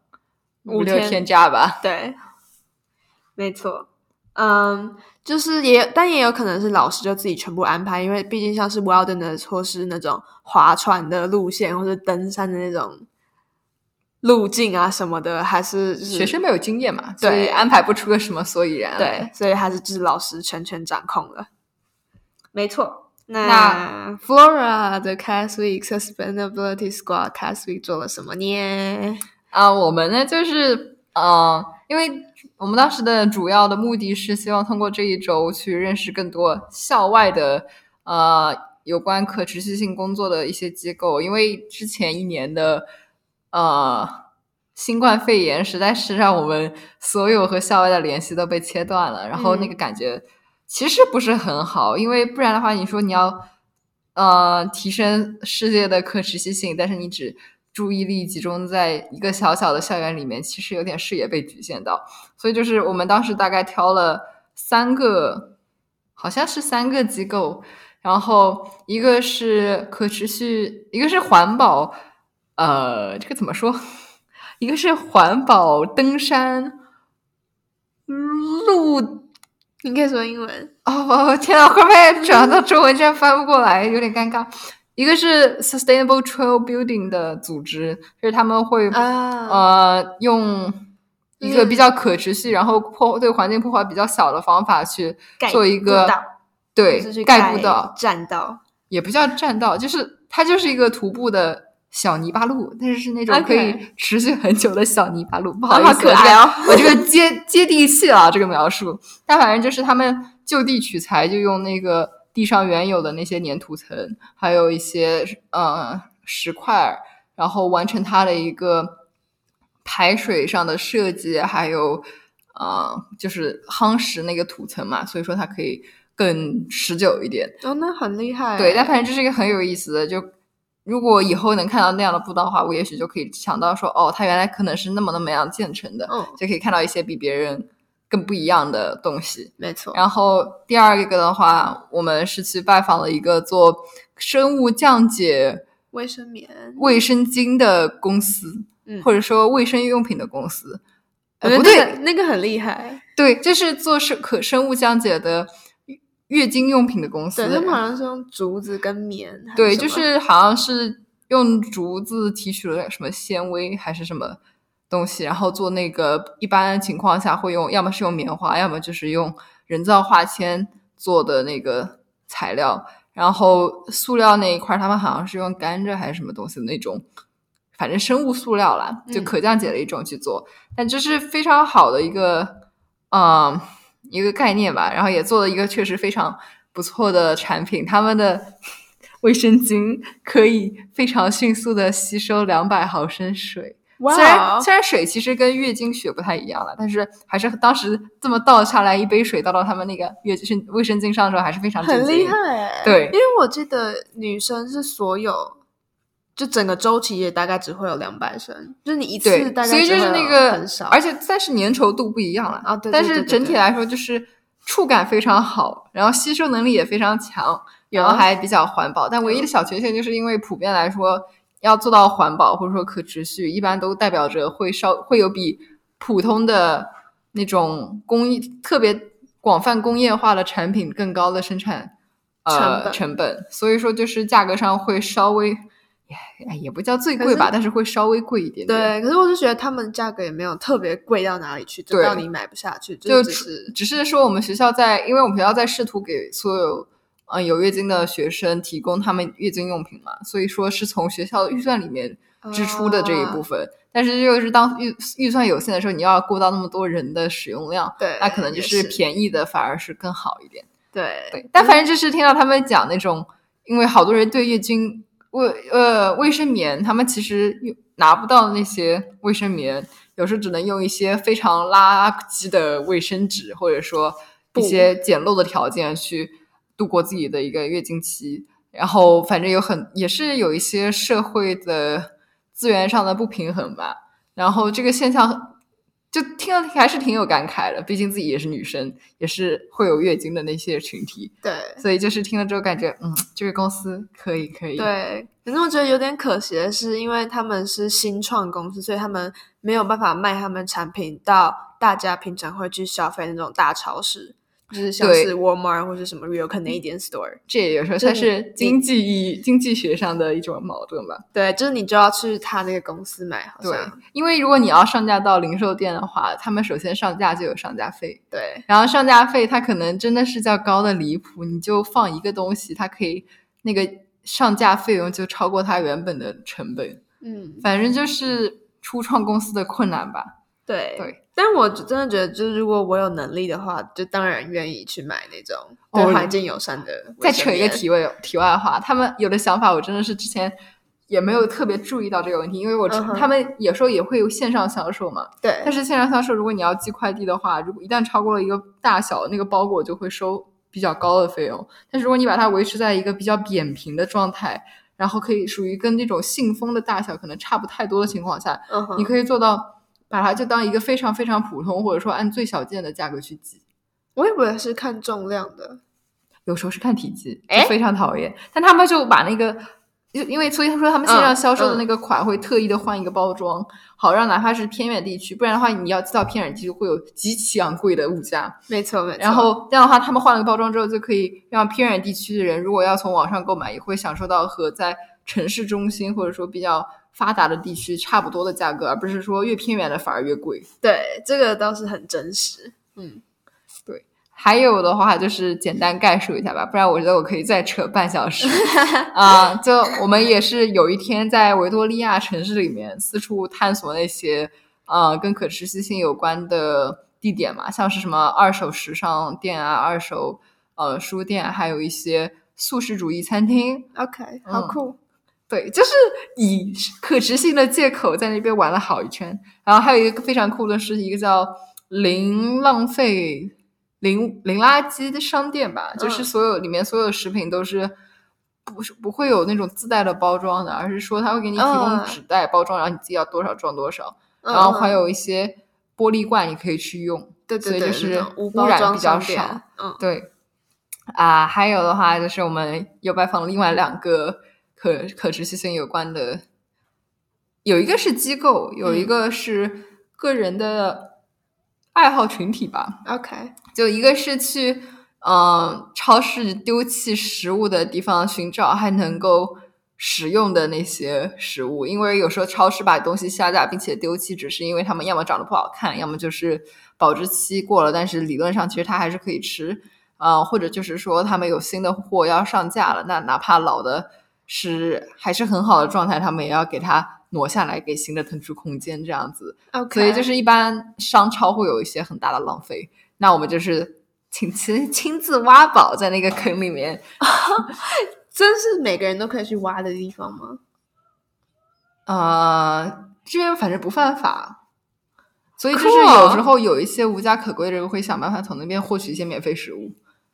Speaker 1: 五
Speaker 2: 五六
Speaker 1: 天
Speaker 2: 天假吧。
Speaker 1: 对，没错，嗯，就是也，但也有可能是老师就自己全部安排，因为毕竟像是 wilderness 或是那种划船的路线，或者登山的那种路径啊什么的，还是、就是、
Speaker 2: 学生没有经验嘛，
Speaker 1: 对
Speaker 2: 所以安排不出个什么所以然来。
Speaker 1: 对，所以还是就是老师全权掌控了。没错，那
Speaker 2: 那
Speaker 1: Flora 的 Cast Week Sustainability Squad Cast Week 做了什么呢？
Speaker 2: 啊、我们呢就是，嗯，因为我们当时的主要的目的是希望通过这一周去认识更多校外的，呃，有关可持续性工作的一些机构，因为之前一年的，呃，新冠肺炎实在是让我们所有和校外的联系都被切断了，然后那
Speaker 1: 嗯
Speaker 2: 个感觉其实不是很好，因为不然的话，你说你要呃提升世界的可持续性，但是你只注意力集中在一个小小的校园里面，其实有点视野被局限到。所以就是我们当时大概挑了三个，好像是三个机构，然后一个是可持续，一个是环保，呃，这个怎么说？ 一个是环保登山路
Speaker 1: 你可以说英文。
Speaker 2: 哦，我天啊，会不会转到中文这样翻不过来，有点尴尬。一个是 Sustainable Trail Building 的组织，就是他们会、
Speaker 1: 啊，嗯
Speaker 2: 呃用一个比较可持续，然后破对环境破坏比较小的方法去
Speaker 1: 盖
Speaker 2: 做一
Speaker 1: 步
Speaker 2: 个
Speaker 1: 道
Speaker 2: 对
Speaker 1: 就是去
Speaker 2: 盖步道，
Speaker 1: 栈道，
Speaker 2: 也不叫栈道，就是它就是一个徒步的小泥巴路，但是是那种可
Speaker 1: OK
Speaker 2: 以持续很久的小泥巴路。不
Speaker 1: 好
Speaker 2: 好意思，啊
Speaker 1: 可
Speaker 2: 我这
Speaker 1: 爱
Speaker 2: 个
Speaker 1: 哦。
Speaker 2: 我这个接接地气了这个描述。但反正就是他们就地取材，就用那个地上原有的那些粘土层，还有一些呃石块儿，然后完成它的一个排水上的设计，还有啊、就是夯实那个土层嘛，所以说它可以更持久一点。
Speaker 1: 哦，那很厉害。
Speaker 2: 对，但反正这是一个很有意思的，就如果以后能看到那样的步道的话，我也许就可以想到说，哦，它原来可能是那么那么样建成的，
Speaker 1: 嗯，
Speaker 2: 就可以看到一些比别人更不一样的东西。
Speaker 1: 没错。
Speaker 2: 然后第二个的话，我们是去拜访了一个做生物降解
Speaker 1: 卫生棉，
Speaker 2: 卫生巾的公司，
Speaker 1: 嗯
Speaker 2: 或者说卫生用品的公司。
Speaker 1: 我
Speaker 2: 呃
Speaker 1: 觉得
Speaker 2: 不
Speaker 1: 那
Speaker 2: 对，
Speaker 1: 个那个很厉害。
Speaker 2: 对，这是做生可生物降解的月月经用品的公司
Speaker 1: 对，。他们好像是用竹子跟棉还什么。
Speaker 2: 对，就是好像是用竹子提取了什么纤维还是什么东西，然后做那个一般情况下会用，要么是用棉花，要么就是用人造化纤做的那个材料。然后塑料那一块儿，他们好像是用甘蔗还是什么东西的那种，反正生物塑料啦，就
Speaker 1: 嗯
Speaker 2: 可降解的一种去做。但这是非常好的一个，嗯，一个概念吧。然后也做了一个确实非常不错的产品，他们的 卫生巾可以非常迅速的吸收两百毫升水。
Speaker 1: 哇
Speaker 2: 虽然
Speaker 1: 哦，
Speaker 2: 虽然水其实跟月经血不太一样了，但是还是当时这么倒下来一杯水倒到他们那个月经卫生巾上的时候，还是非常
Speaker 1: 很
Speaker 2: 震惊
Speaker 1: 厉。害。欸
Speaker 2: 对
Speaker 1: 因为我记得女生是所有。就整个周期也大概只会有两百升，就是你一次
Speaker 2: 对
Speaker 1: 大，概
Speaker 2: 所以
Speaker 1: 只
Speaker 2: 就
Speaker 1: 会
Speaker 2: 是
Speaker 1: 有
Speaker 2: 那个
Speaker 1: 很少，
Speaker 2: 而且但是粘稠度不一样了
Speaker 1: 啊对对
Speaker 2: 但
Speaker 1: 对
Speaker 2: 是
Speaker 1: 对
Speaker 2: 整体
Speaker 1: 对
Speaker 2: 来说就是触感非常好，然后吸收能力也非常强，然后
Speaker 1: 有
Speaker 2: 还比较环保。但唯一的小缺陷就是因为普遍来说，要做到环保或者说可持续，一般都代表着会稍会有比普通的那种工业特别广泛工业化的产品更高的生产
Speaker 1: 成
Speaker 2: 呃
Speaker 1: 本
Speaker 2: 成本，所以说就是价格上会稍微。哎，也不叫最
Speaker 1: 可
Speaker 2: 贵
Speaker 1: 是
Speaker 2: 吧，但是会稍微贵一点
Speaker 1: 对，
Speaker 2: 点。
Speaker 1: 可是我就觉得他们价格也没有特别贵到哪里去，就
Speaker 2: 对
Speaker 1: 让你买不下去，
Speaker 2: 就
Speaker 1: 只
Speaker 2: 除
Speaker 1: 是
Speaker 2: 只是说我们学校在，因为我们学校在试图给所有嗯、呃有月经的学生提供他们月经用品嘛，所以说是从学校的预算里面支出的这一部
Speaker 1: 啊
Speaker 2: 分。但是又是当预预算有限的时候，你要顾到那么多人的使用量，
Speaker 1: 对，
Speaker 2: 那可能就
Speaker 1: 也
Speaker 2: 是
Speaker 1: 是
Speaker 2: 便宜的反而是更好一点。
Speaker 1: 对
Speaker 2: 对，但反正就是听到他们讲那种，因为好多人对月经卫呃卫生棉，他们其实用拿不到那些卫生棉，有时候只能用一些非常垃圾的卫生纸，或者说一
Speaker 1: 布
Speaker 2: 些简陋的条件去度过自己的一个月经期。然后反正有很也是有一些社会的资源上的不平衡吧。然后这个现象就听了还是挺有感慨的，毕竟自己也是女生，也是会有月经的那些群体。
Speaker 1: 对
Speaker 2: 所以就是听了之后感觉，嗯，这个公司可以可以。
Speaker 1: 对。可是我觉得有点可惜的是，因为他们是新创公司，所以他们没有办法卖他们产品到大家平常会去消费那种大超市，就是像
Speaker 2: 对
Speaker 1: 是 Walmart 或者什么 Real Canadian Store。
Speaker 2: 这有时候
Speaker 1: 就
Speaker 2: 算
Speaker 1: 你
Speaker 2: 是经济意义经济学上的一种矛盾吧。
Speaker 1: 对，就是你就要去他那个公司买，好
Speaker 2: 对
Speaker 1: 像，
Speaker 2: 因为如果你要上架到零售店的话，他们首先上架就有上架费，
Speaker 1: 对
Speaker 2: 然后上架费它可能真的是较高的离谱，你就放一个东西，它可以那个上架费用就超过它原本的成本，
Speaker 1: 嗯，
Speaker 2: 反正就是初创公司的困难吧。
Speaker 1: 对
Speaker 2: 对。
Speaker 1: 但我真的觉得，就是如果我有能力的话，就当然愿意去买那种
Speaker 2: 哦
Speaker 1: 对
Speaker 2: 我
Speaker 1: 环境友善的。
Speaker 2: 再扯一个，题外题外话，他们有的想法我真的是之前也没有特别注意到这个问题，因为我知、
Speaker 1: 嗯哼
Speaker 2: 他们有时候也会有线上销售嘛，
Speaker 1: 对
Speaker 2: 但，是线上销售如果你要寄快递的话，如果一旦超过了一个大小，那个包裹就会收比较高的费用，但是如果你把它维持在一个比较扁平的状态，然后可以属于跟那种信封的大小可能差不太多的情况下，
Speaker 1: 嗯哼
Speaker 2: 你可以做到把它就当一个非常非常普通或者说按最小件的价格去寄。
Speaker 1: 我以为是看重量的，
Speaker 2: 有时候是看体积，就
Speaker 1: 哎
Speaker 2: 非常讨厌。但他们就把那个，就因为所以他说他们线上
Speaker 1: 嗯
Speaker 2: 销售的
Speaker 1: 嗯
Speaker 2: 那个款会特意的换一个包装，好让哪怕是偏远地区，不然的话你要寄到偏远地区会有极其昂贵的物价。
Speaker 1: 没错没错。
Speaker 2: 然后这样的话，他们换了个包装之后，就可以让偏远地区的人如果要从网上购买，也会享受到和在城市中心或者说比较发达的地区差不多的价格，而不是说越偏远的反而越贵。
Speaker 1: 对这个倒是很真实，
Speaker 2: 还有的话就是简单概述一下吧，不然我觉得我可以再扯半小时啊、就我们也是有一天在维多利亚城市里面四处探索那些呃跟可持续性有关的地点嘛，像是什么二手时尚店啊、二手呃书店啊，还有一些素食主义餐厅。
Speaker 1: OK，
Speaker 2: 嗯
Speaker 1: 好酷，
Speaker 2: 对，就是以可持续性的借口在那边玩了好一圈。然后还有一个非常酷的是，一个叫零浪费、零零垃圾的商店吧，就是
Speaker 1: 嗯
Speaker 2: 所有里面所有食品都是不是不会有那种自带的包装的，而是说它会给你提供
Speaker 1: 嗯
Speaker 2: 纸袋包装，然后你自己要多少装多少，
Speaker 1: 嗯
Speaker 2: 然后
Speaker 1: 嗯
Speaker 2: 还有一些玻璃罐你可以去用，
Speaker 1: 对
Speaker 2: 所以
Speaker 1: 对对，
Speaker 2: 就是
Speaker 1: 那种无
Speaker 2: 污
Speaker 1: 包
Speaker 2: 染
Speaker 1: 装
Speaker 2: 比较
Speaker 1: 商店
Speaker 2: 少，
Speaker 1: 嗯，
Speaker 2: 对，啊，还有的话就是我们有拜访另外两个可可持续性有关的，有一个是机构，有一
Speaker 1: 嗯
Speaker 2: 个是个人的爱好群体吧。
Speaker 1: OK，
Speaker 2: 就一个是去嗯、呃超市丢弃食物的地方寻找还能够食用的那些食物，因为有时候超市把东西下架并且丢弃，只是因为他们要么长得不好看，要么就是保质期过了，但是理论上其实它还是可以吃。呃，或者就是说他们有新的货要上架了，那哪怕老的是还是很好的状态，他们也要给它挪下来，给新的腾出空间这样子。
Speaker 1: OK，
Speaker 2: 所以就是一般商超会有一些很大的浪费，那我们就是请亲 亲自挖宝在那个坑里面。
Speaker 1: 真是每个人都可以去挖的地方吗？
Speaker 2: 呃，这边反正不犯法，所以就是
Speaker 1: Cool
Speaker 2: 有时候有一些无家可归的人会想办法从那边获取一些免费食物，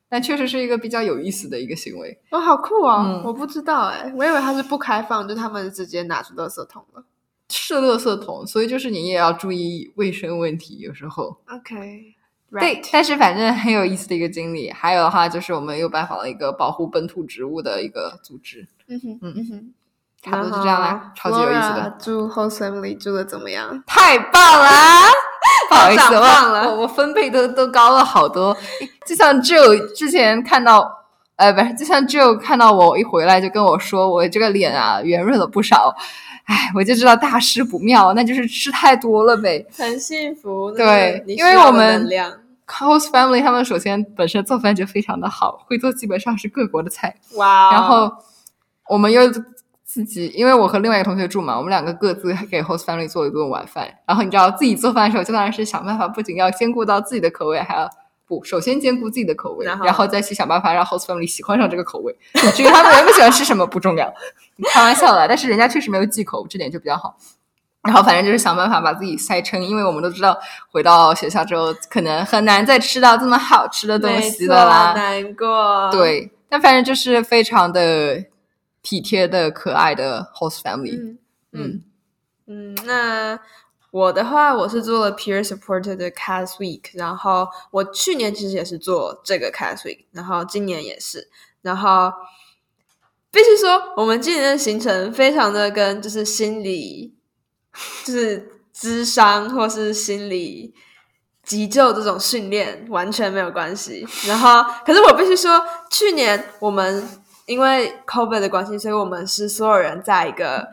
Speaker 2: 但确实是一个比较有意思的一个行为。
Speaker 1: 哇、好酷哦！
Speaker 2: 嗯
Speaker 1: 我不知道哎、我以为它是不开放，就他们直接拿出垃圾桶了。
Speaker 2: 是垃圾桶，所以就是你也要注意卫生问题，有时候。
Speaker 1: OK，
Speaker 2: 对，但是反正很有意思的一个经历。还有的话就是我们又拜访了一个保护本土植物的一个组织。
Speaker 1: 嗯哼，
Speaker 2: 嗯
Speaker 1: 嗯哼，
Speaker 2: 差不多就这样啦，超级有意思的。。
Speaker 1: 住 host family 住的怎么样？
Speaker 2: 太棒啦！ 不好意思，
Speaker 1: 长胖
Speaker 2: 我
Speaker 1: 了
Speaker 2: 我我分贝都都高了好多，就像只有之前看到，呃，不是，就像只有看到我一回来就跟我说我这个脸啊圆润了不少，哎，我就知道大事不妙，那就是吃太多了呗。
Speaker 1: 很幸福，
Speaker 2: 对
Speaker 1: 你需
Speaker 2: 因为
Speaker 1: 要
Speaker 2: 我
Speaker 1: 的
Speaker 2: 们
Speaker 1: 能量，
Speaker 2: Cos Family 他们首先本身做饭就非常的好，会做基本上是各国的菜，
Speaker 1: 哇哦，
Speaker 2: 然后我们又自己，因为我和另外一个同学住嘛，我们两个各自给 host family 做了一顿晚饭。然后你知道自己做饭的时候，就当然是想办法，不仅要兼顾到自己的口味，还要不首先兼顾自己的口味，然
Speaker 1: 然
Speaker 2: 后
Speaker 1: 后
Speaker 2: 再去想办法让 host family 喜欢上这个口味。至于他们原本喜欢吃什么不重要， 开玩笑啦。但是人家确实没有忌口，这点就比较好。然后反正就是想办法把自己塞撑，因为我们都知道回到学校之后，可能很难再吃到这么好吃的东
Speaker 1: 没
Speaker 2: 西
Speaker 1: 错
Speaker 2: 了啦。
Speaker 1: 难过，，
Speaker 2: 对，但反正就是非常的体贴的、可爱的 host family。
Speaker 1: 嗯
Speaker 2: 嗯
Speaker 1: 嗯嗯，那。我的话，我是做了 peer supported 的 cast week，然后我去年其实也是做这个 cast week，然后今年也是，然后必须说，我们今年的行程非常的跟就是心理，就是智商或是心理急救这种训练完全没有关系。然后，可是我必须说，去年我们因为 COVID 的关系，所以我们是所有人在一个。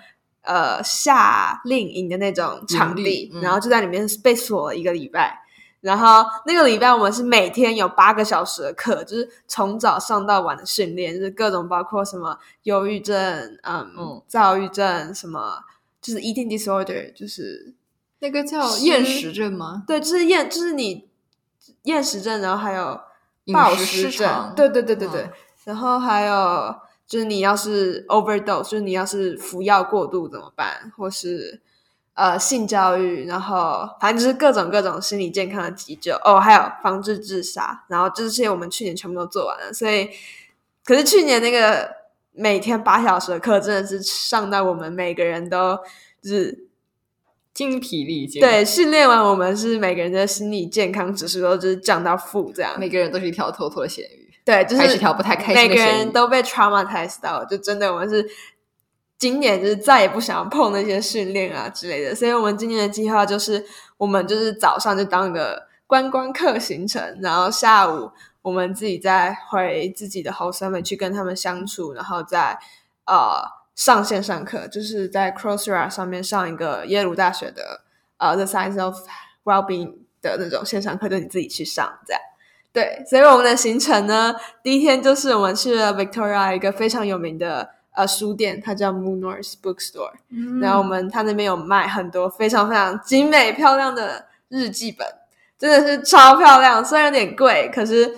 Speaker 1: 呃，夏令营的那种场
Speaker 2: 营地
Speaker 1: 地，
Speaker 2: 嗯
Speaker 1: 然后就在里面被锁了一个礼拜，然后那个礼拜我们是每天有八个小时的课，就是从早上到晚的训练，就是各种包括什么忧郁症，嗯，
Speaker 2: 嗯
Speaker 1: 躁郁症，什么就是 eating disorder，就是
Speaker 2: 那个叫
Speaker 1: 是
Speaker 2: 厌食症吗？
Speaker 1: 对，就是厌，就是你厌食症，然后还有
Speaker 2: 饮
Speaker 1: 暴
Speaker 2: 食
Speaker 1: 食
Speaker 2: 失
Speaker 1: 症
Speaker 2: 常，
Speaker 1: 对对对对对，
Speaker 2: 嗯
Speaker 1: 然后还有就是你要是 overdose，就是你要是服药过度怎么办，或是呃性教育，然后反正就是各种各种心理健康的急救哦，还有防治自杀，然后这些我们去年全部都做完了，所以可是去年那个每天八小时的课真的是上到我们每个人都就是。
Speaker 2: 精疲力尽，，
Speaker 1: 对，训练完我们是每个人的心理健康指数都就是降到负这样。
Speaker 2: 每个人都是一条偷偷的咸鱼，
Speaker 1: 对，就
Speaker 2: 还是
Speaker 1: 是
Speaker 2: 一条不太呃开心
Speaker 1: 每
Speaker 2: 的
Speaker 1: 个
Speaker 2: 咸鱼
Speaker 1: 人。都被 traumatized 到，就真的我们是今年就是再也不想要碰那些训练啊之类的，所以我们今年的计划就是，我们就是早上就当一个观光客行程，然后下午我们自己再回自己的 host family 去跟他们相处，然后再呃上线上课，就是在 Coursera 上面上一个耶鲁大学的呃 The Science of Wellbeing 的那种线上课，就你自己去上这样。对，所以我们的行程呢，第一天就是我们去了 Victoria 一个非常有名的呃书店，它叫 Moon North Bookstore。然
Speaker 2: 嗯
Speaker 1: 后我们他那边有卖很多非常非常精美漂亮的日记本，真的是超漂亮，虽然有点贵，可是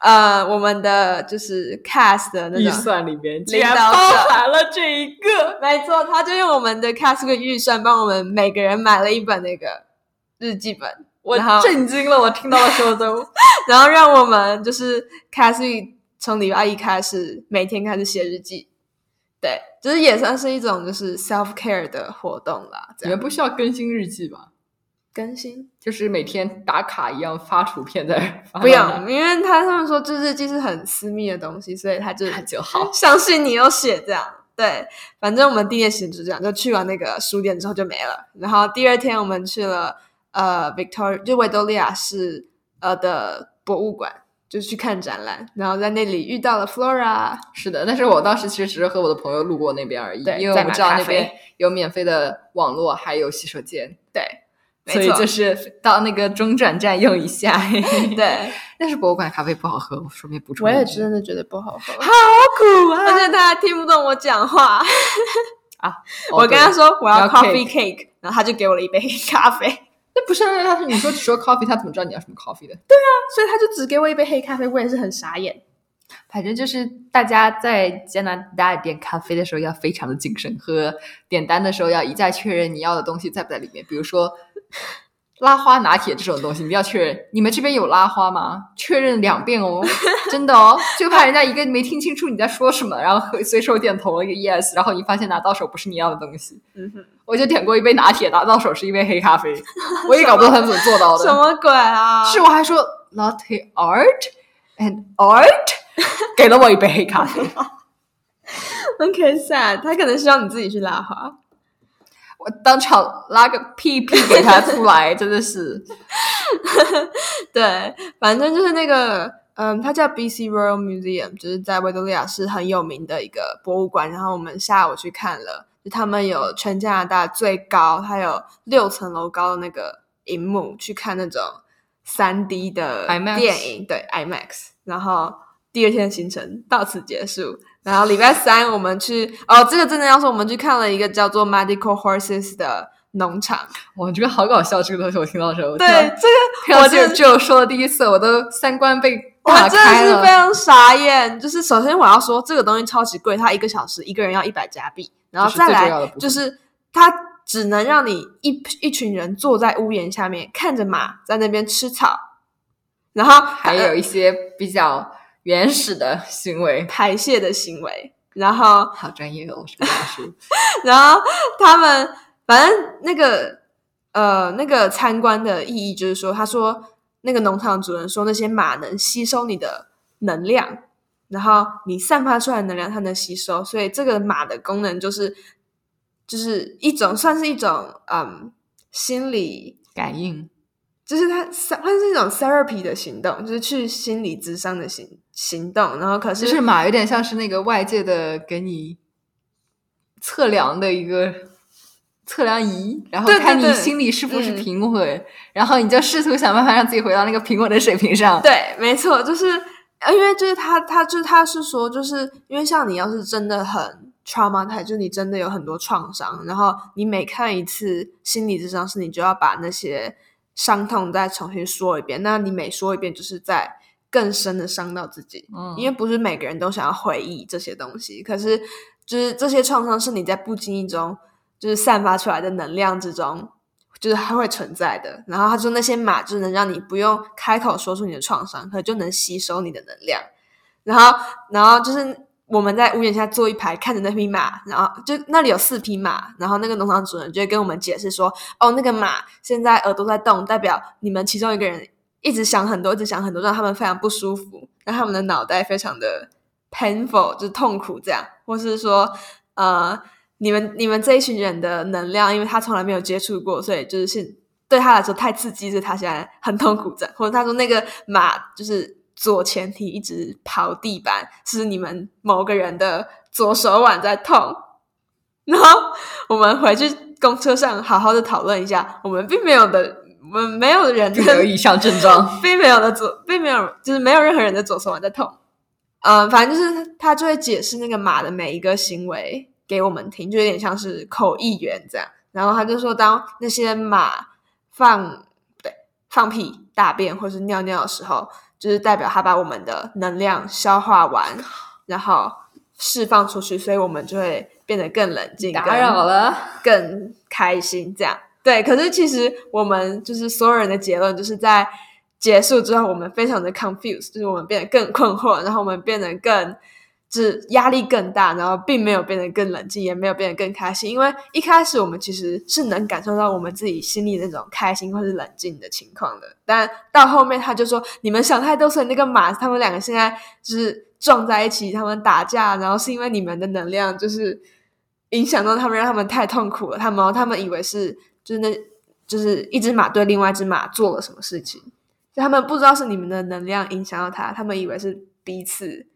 Speaker 1: 呃，我们的就是 cast 的那种。
Speaker 2: 里面
Speaker 1: 竟然包含
Speaker 2: 了这一个，
Speaker 1: 没错，他就用我们的 cast 的预算帮我们每个人买了一本那个日记本，我
Speaker 2: 然后
Speaker 1: 震惊了，我听到了说都。 然后让我们就是 Cassie 从礼拜一开始每天开始写日记，对，就是也算是一种就是 self care 的活动啦。这
Speaker 2: 你
Speaker 1: 样
Speaker 2: 们不需要更新日记吧？
Speaker 1: 更新
Speaker 2: 就是每天打卡一样发图片在发
Speaker 1: 不
Speaker 2: 到那
Speaker 1: 用，因为他他们说这日记是很私密的东西，所以他就
Speaker 2: 看就 好。
Speaker 1: 相信你有写这样。对，反正我们第一天行就这样，就去完那个书店之后就没了。然后第二天我们去了呃 Victoria，就维多利亚市呃的博物馆，就去看展览。然后在那里遇到了 Flora，
Speaker 2: 是的，但是我当时其实只是和我的朋友路过那边而已，
Speaker 1: 对
Speaker 2: 因为我
Speaker 1: 在
Speaker 2: 们
Speaker 1: 买
Speaker 2: 知道
Speaker 1: 咖
Speaker 2: 那边
Speaker 1: 啡
Speaker 2: 有免费的网络，还有洗手间，
Speaker 1: 对，没
Speaker 2: 所以
Speaker 1: 错，
Speaker 2: 就是到那个中转站用一下。
Speaker 1: 对，
Speaker 2: 但是博物馆咖啡不好喝，我顺便补 充
Speaker 1: 我
Speaker 2: 一句。哦
Speaker 1: 也真的觉得不好喝，
Speaker 2: 苦
Speaker 1: 而！且大家听不懂我讲话。我跟他
Speaker 2: 刚，
Speaker 1: 说我
Speaker 2: 你哦要
Speaker 1: coffee cake，然后他就给我了一杯黑咖啡，
Speaker 2: 那不是他是你说只说 coffee，他怎么知道你要什么 coffee 的？
Speaker 1: 所以他就只给我一杯黑咖啡，我也是很傻眼。
Speaker 2: 反正就是大家在加拿大点咖啡的时候要非常的谨慎，喝点单的时候要一再确认你要的东西在不在里面。比如说 拉花拿铁这种东西，你要确认你们这边有拉花吗？确认两遍哦，真的哦， 就怕人家一个没听清楚你在说什么，然后随手点头了一个 yes，然后你发现拿到手不是你要的东西。
Speaker 1: 嗯哼，
Speaker 2: 我就点过一杯拿铁，拿到手是一杯黑咖 啡，我也搞不懂他们怎么做到的。
Speaker 1: 什么鬼啊？
Speaker 2: 是我还说 latte art and art，给了我一杯黑咖 啡。
Speaker 1: OK sad，他可能需要你自己去拉花。
Speaker 2: 我当场拉个屁屁给他出来，真的 是
Speaker 1: 对，反正就是那个，嗯，它叫 BC Royal Museum，就是在维多利亚市很有名的一个博物馆。然后我们下午去看了，就他们有全加拿大最高，它有六层楼高的那个荧幕，去看那种三 D 的
Speaker 2: IMAX
Speaker 1: 电影，对 IMAX。然后第二天行程到此结束。然后礼拜三我们去，哦，这个真的要说，我们去看了一个叫做 Medical Horses 的农场。
Speaker 2: 哇，这个好搞笑，这个东西我听到的时候，
Speaker 1: 对，
Speaker 2: 听到
Speaker 1: 这个
Speaker 2: 听到
Speaker 1: 我
Speaker 2: 这
Speaker 1: 真
Speaker 2: 只有说的第一次，我都三观被
Speaker 1: 我
Speaker 2: 打
Speaker 1: 真的
Speaker 2: 开
Speaker 1: 是非
Speaker 2: 了。
Speaker 1: 常傻眼。就是首先我要说，这个东西超级贵，它一个小时一个人要一百加币，然后
Speaker 2: 这是
Speaker 1: 再
Speaker 2: 最重要的
Speaker 1: 来
Speaker 2: 部分
Speaker 1: 就是它只能让你一一群人坐在屋檐下面看着马在那边吃草，然后
Speaker 2: 还有一些比较原始的行为，
Speaker 1: 排泄的行为，然后
Speaker 2: 好专业哦，我是个大叔。
Speaker 1: 然后他们反正那个呃那个参观的意义就是说，他说那个农场主人说那些马能吸收你的能量，然后你散发出来的能量它能吸收，所以这个马的功能就是就是一种算是一种嗯心理。
Speaker 2: 感应
Speaker 1: 就是它，它是一种 therapy 的行动，就是去心理智商的行行动。然后可是
Speaker 2: 就是马有点像是那个外界的给你测量的一个测量仪，然后
Speaker 1: 对对
Speaker 2: 看你
Speaker 1: 对
Speaker 2: 心里是不是
Speaker 1: 嗯
Speaker 2: 平稳，然后你就试图想办法让自己回到那个平稳的水平上。
Speaker 1: 对，没错，就是呃因为就是他，他就是他是说，就是因为像你要是真的很 trauma，t 就是你真的有很多创伤，然后你每看一次心理智商是你就要把那些伤痛再重新说一遍，那你每说一遍就是在更深的伤到自己，
Speaker 2: 嗯
Speaker 1: 因为不是每个人都想要回忆这些东西，可是就是这些创伤是你在不经意中就是散发出来的能量之中，就是它会存在的。然后他说那些马就是能让你不用开口说出你的创伤，可就能吸收你的能量。然后，然后就是我们在屋檐下坐一排，看着那匹马，然后就那里有四匹马，然后那个农场主人就会跟我们解释说，哦，那个马现在耳朵在动，代表你们其中一个人一直想很多，一直想很多，让他们非常不舒服，让他们的脑袋非常的 painful，就是痛苦这样，或是说，呃，你们你们这一群人的能量，因为他从来没有接触过，所以就是现对他来说太刺激，所以他现在很痛苦症。或者他说那个马就是左前蹄一直刨地板，是你们某个人的左手腕在痛。然后我们回去公车上好好的讨论一下，我们并没有的，我们没有人
Speaker 2: 并没有
Speaker 1: 的
Speaker 2: 以上症 状。
Speaker 1: 并没有的左，并没有，就是没有任何人的左手腕在痛。嗯，反正就是他就会解释那个马的每一个行为给我们听，就有点像是口译员这样。然后他就说，当那些马放对放屁、大便或是尿尿的时候，就是代表他把我们的能量消化完，然后释放出去，所以我们就会变得更冷静、
Speaker 2: 打扰了，
Speaker 1: 更开心这样。对，可是其实我们就是所有人的结论，就是在结束之后，我们非常的 confused，就是我们变得更困惑，然后我们变得更就是压力更大，然后并没有变得更冷静，也没有变得更开心，因为一开始我们其实是能感受到我们自己心里那种开心或是冷静的情况的，但到后面他就说你们想太多，所以那个马他们两个现在就是撞在一起，他们打架，然后是因为你们的能量就是。影响到他们，让他们太痛苦了。他们他们以为是就是那就是一只马对另外一只马做了什么事情，就他们不知道是你们的能量影响到他，他们以为是彼此。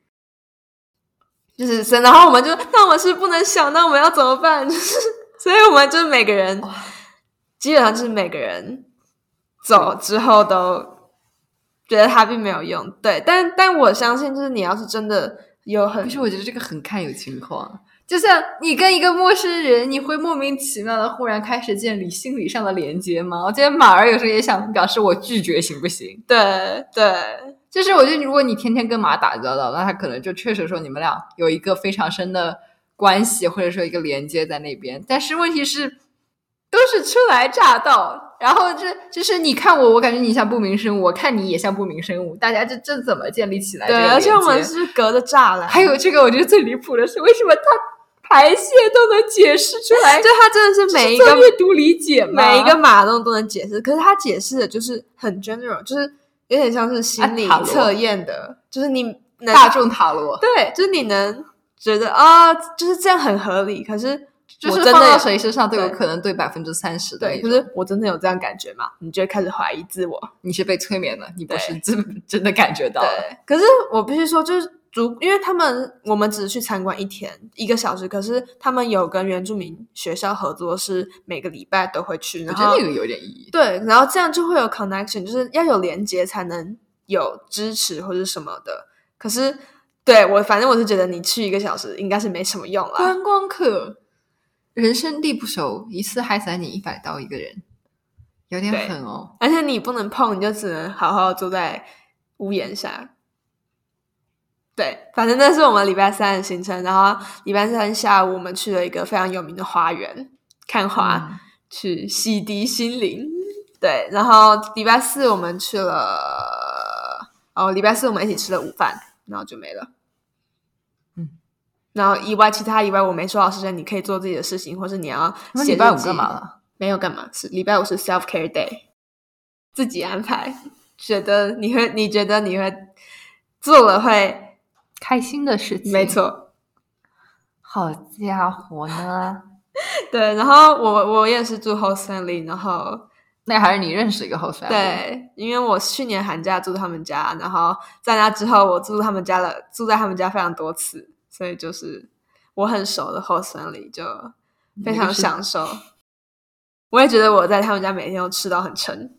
Speaker 1: 就是，所以然后我们就，那我们是不能想，那我们要怎么办？ 就是，所以我们就是每个人，基本上就是每个人走之后都觉得它并没有用。对，但但我相信，就是你要是真的有很
Speaker 2: 可是我觉得这个很看有情况，就像你跟一个陌生人，你会莫名其妙的忽然开始建立心理上的连接吗？我觉得马儿有时候也想表示我拒绝行不行？
Speaker 1: 对对
Speaker 2: 就是我觉得如果你天天跟马打交道，那他可能就确实说你们俩有一个非常深的关系，或者说一个连接在那边。但是问题是，都是初来乍到，然后这就是你看我，我感觉你像不明生物，我看你也像不明生物，大家这这怎么建立起来这个
Speaker 1: 对，
Speaker 2: 连接？
Speaker 1: 而且我们是隔着栅栏，
Speaker 2: 还有这个，我觉得最离谱的是，为什么它排泄都能解释出来？
Speaker 1: 就他真的是 每一
Speaker 2: 这
Speaker 1: 个
Speaker 2: 是做阅读理解吗，
Speaker 1: 每一个马动都能解释，可是他解释的就是很 general，就是有点像是心理
Speaker 2: 啊塔罗
Speaker 1: 测验的，就是你能
Speaker 2: 大众塔罗，
Speaker 1: 对，就是你能觉得啊，就是这样很合理，可是
Speaker 2: 就
Speaker 1: 我
Speaker 2: 是
Speaker 1: 真
Speaker 2: 放
Speaker 1: 的
Speaker 2: 到
Speaker 1: 有
Speaker 2: 谁身上都有
Speaker 1: 对
Speaker 2: 可能对百分之三十的
Speaker 1: 对，
Speaker 2: 那种。
Speaker 1: 可是我真的有这样感觉嘛？你就会开始怀疑自我。
Speaker 2: 你是被催眠了，你不
Speaker 1: 对
Speaker 2: 是真真的感觉到了。
Speaker 1: 对，可是我必须说，就是主，因为他们我们只是去参观一天一个小时，可是他们有跟原住民学校合作，是每个礼拜都会去。
Speaker 2: 我
Speaker 1: 然
Speaker 2: 觉
Speaker 1: 后
Speaker 2: 得那个有点意义。
Speaker 1: 对，然后这样就会有 connection，就是要有连接才能有支持或者什么的。可是对我，反正我是觉得你去一个小时应该是没什么用啦。
Speaker 2: 观光客，人生地不熟，一次害死你一百刀一个人，有点
Speaker 1: 对
Speaker 2: 狠哦。
Speaker 1: 而且你不能碰，你就只能好好坐在屋檐下。对，反正那是我们礼拜三的行程。然后礼拜三下午，我们去了一个非常有名的花园看花。
Speaker 2: 嗯
Speaker 1: 去洗涤心灵。对，然后礼拜四我们去了，哦，礼拜四我们一起吃了午饭，然后就没了。
Speaker 2: 嗯，
Speaker 1: 然后以外其他以外我没说到的事情，你可以做自己的事情，或是你要
Speaker 2: 那
Speaker 1: 写
Speaker 2: 礼拜
Speaker 1: 日
Speaker 2: 五
Speaker 1: 记
Speaker 2: 干嘛？了？
Speaker 1: 没有干嘛，是礼拜五是 self care day，自己安排。觉得你会，你觉得你会做了会，
Speaker 2: 开心的事情，
Speaker 1: 没。错，
Speaker 2: 好家伙呢！
Speaker 1: 对。然后我我也是住 host family，然后
Speaker 2: 那还是你认识一个啊后山。，
Speaker 1: 对，因为我去年寒假住他们家，然后在那之后我住他们家了，住在他们家非常多次，所以就是我很熟的后生里就非常享
Speaker 2: 想。
Speaker 1: 受。我也觉得我在他们家每天都吃到很撑。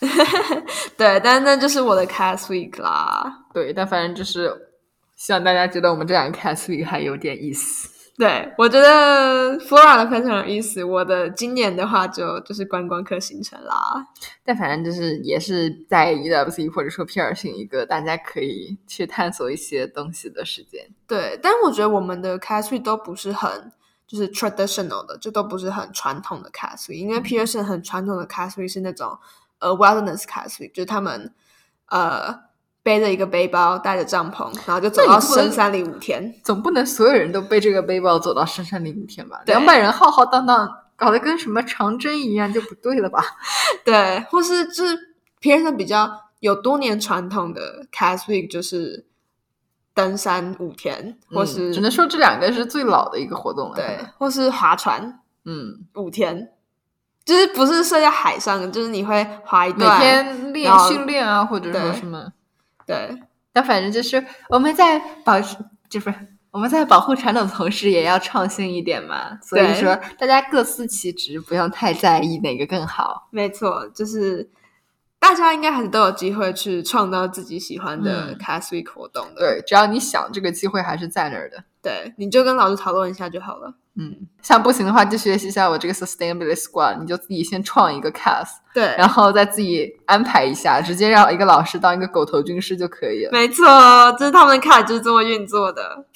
Speaker 1: 对，但那就是我的 cast week 啦。
Speaker 2: 对，但反正就是希望大家觉得我们这两个 cast week 还有点意思。
Speaker 1: 对，我觉得 Flora 的非常有意思。我的今年的话就就是观光客行程啦。
Speaker 2: 但反正就是也是在 EWC 或者说 PR 性一个大家可以去探索一些东西的时间。
Speaker 1: 对，但我觉得我们的 cast week 都不是很就是 traditional 的，就都不是很传统的 cast week，因为
Speaker 2: 嗯
Speaker 1: Pearson 很传统的 cast week 是那种呃 wellness cast week，就是他们呃背着一个背包，带着帐篷，然后就走
Speaker 2: 那
Speaker 1: 到
Speaker 2: 你不能
Speaker 1: 深山里五 天。
Speaker 2: 总不能所有人都背这个背包走到深山里五天吧？
Speaker 1: 对
Speaker 2: 两百人浩浩荡荡，搞得跟什么长征一样就不对了吧？
Speaker 1: 对，或是就是 Pearson 比较有多年传统的 cast week 就是登山五天，或是、
Speaker 2: 嗯只能说这两个是最老的一个活动了。
Speaker 1: 对，或是划船
Speaker 2: 嗯，
Speaker 1: 五天。就是不是睡在海上，就是你会划一
Speaker 2: 每
Speaker 1: 段，
Speaker 2: 天练
Speaker 1: 然后
Speaker 2: 训练啊，或者说
Speaker 1: 对
Speaker 2: 什么。
Speaker 1: 对
Speaker 2: 但反正就是我们在保持，这不是我们在保护传统的同时，也要创新一点嘛。所以
Speaker 1: 对
Speaker 2: 说，大家各司其职，不用太在意哪个更好。
Speaker 1: 没错，就是大家应该还是都有机会去创造自己喜欢的
Speaker 2: 嗯
Speaker 1: cast week 活动的。
Speaker 2: 对，只要你想，这个机会还是在那儿的。
Speaker 1: 对，你就跟老师讨论一下就好了。
Speaker 2: 嗯，像不行的话，就学习一下我这个 sustainability squad，你就自己先创一个 cast，
Speaker 1: 对，
Speaker 2: 然后再自己安排一下，直接让一个老师当一个狗头军师就可以了，
Speaker 1: 没错，就是他们的 cast 就是这么运作的。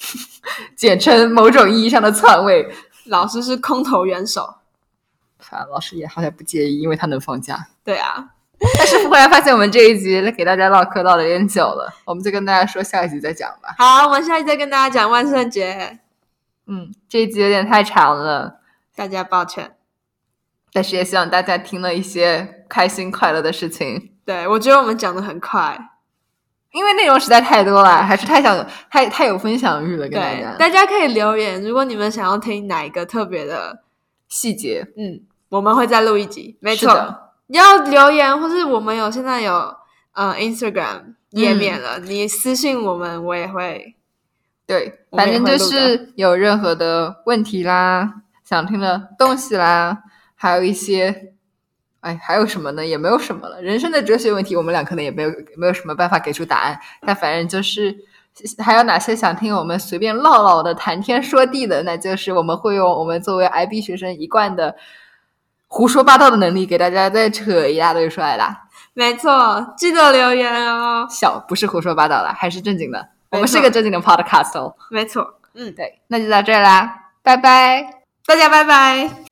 Speaker 2: 简称某种意义上的篡位。
Speaker 1: 老师是空头元首，
Speaker 2: 看，老师也好像不介意，因为他能放假。
Speaker 1: 对啊，
Speaker 2: 但是忽然发现我们这一集给大家唠嗑唠的有点久了，我们就跟大家说下一集再讲吧。
Speaker 1: 好，我们下期再跟大家讲万圣节，
Speaker 2: 嗯，这一集有点太长了，
Speaker 1: 大家抱歉。
Speaker 2: 但是也希望大家听了一些开心快乐的事情，
Speaker 1: 对我觉得我们讲的很快，
Speaker 2: 因为内容实在太多了，还是太想太太有分享欲了，跟大
Speaker 1: 对
Speaker 2: 家，
Speaker 1: 大家可以留言，如果你们想要听哪一个特别的，
Speaker 2: 细节。
Speaker 1: 嗯，我们会再录一集，没
Speaker 2: 是
Speaker 1: 错。
Speaker 2: 的
Speaker 1: 要留言，或是我们有现在有呃 Instagram 页面了，你私信我们，我也会。
Speaker 2: 对，
Speaker 1: 我们
Speaker 2: 反
Speaker 1: 也
Speaker 2: 正
Speaker 1: 会
Speaker 2: 就
Speaker 1: 录
Speaker 2: 是有任何的问题啦，想听的东西啦，还有一些，哎，还有什么呢？也没有什么了。人生的哲学问题，我们俩可能也没有没有什么办法给出答案。但反正就是，还有哪些想听我们随便唠唠的、谈天说地的，那就是我们会用我们作为 IB 学生一贯的胡说八道的能力，给大家再扯一大堆出来啦。
Speaker 1: 没错，记得留言哦。
Speaker 2: 小不是胡说八道啦，还是正经的。我
Speaker 1: 没
Speaker 2: 们
Speaker 1: 错
Speaker 2: 是个正经的 podcast 哦。
Speaker 1: 没错，嗯，
Speaker 2: 对，那就到这儿啦，拜拜。
Speaker 1: 大家拜拜。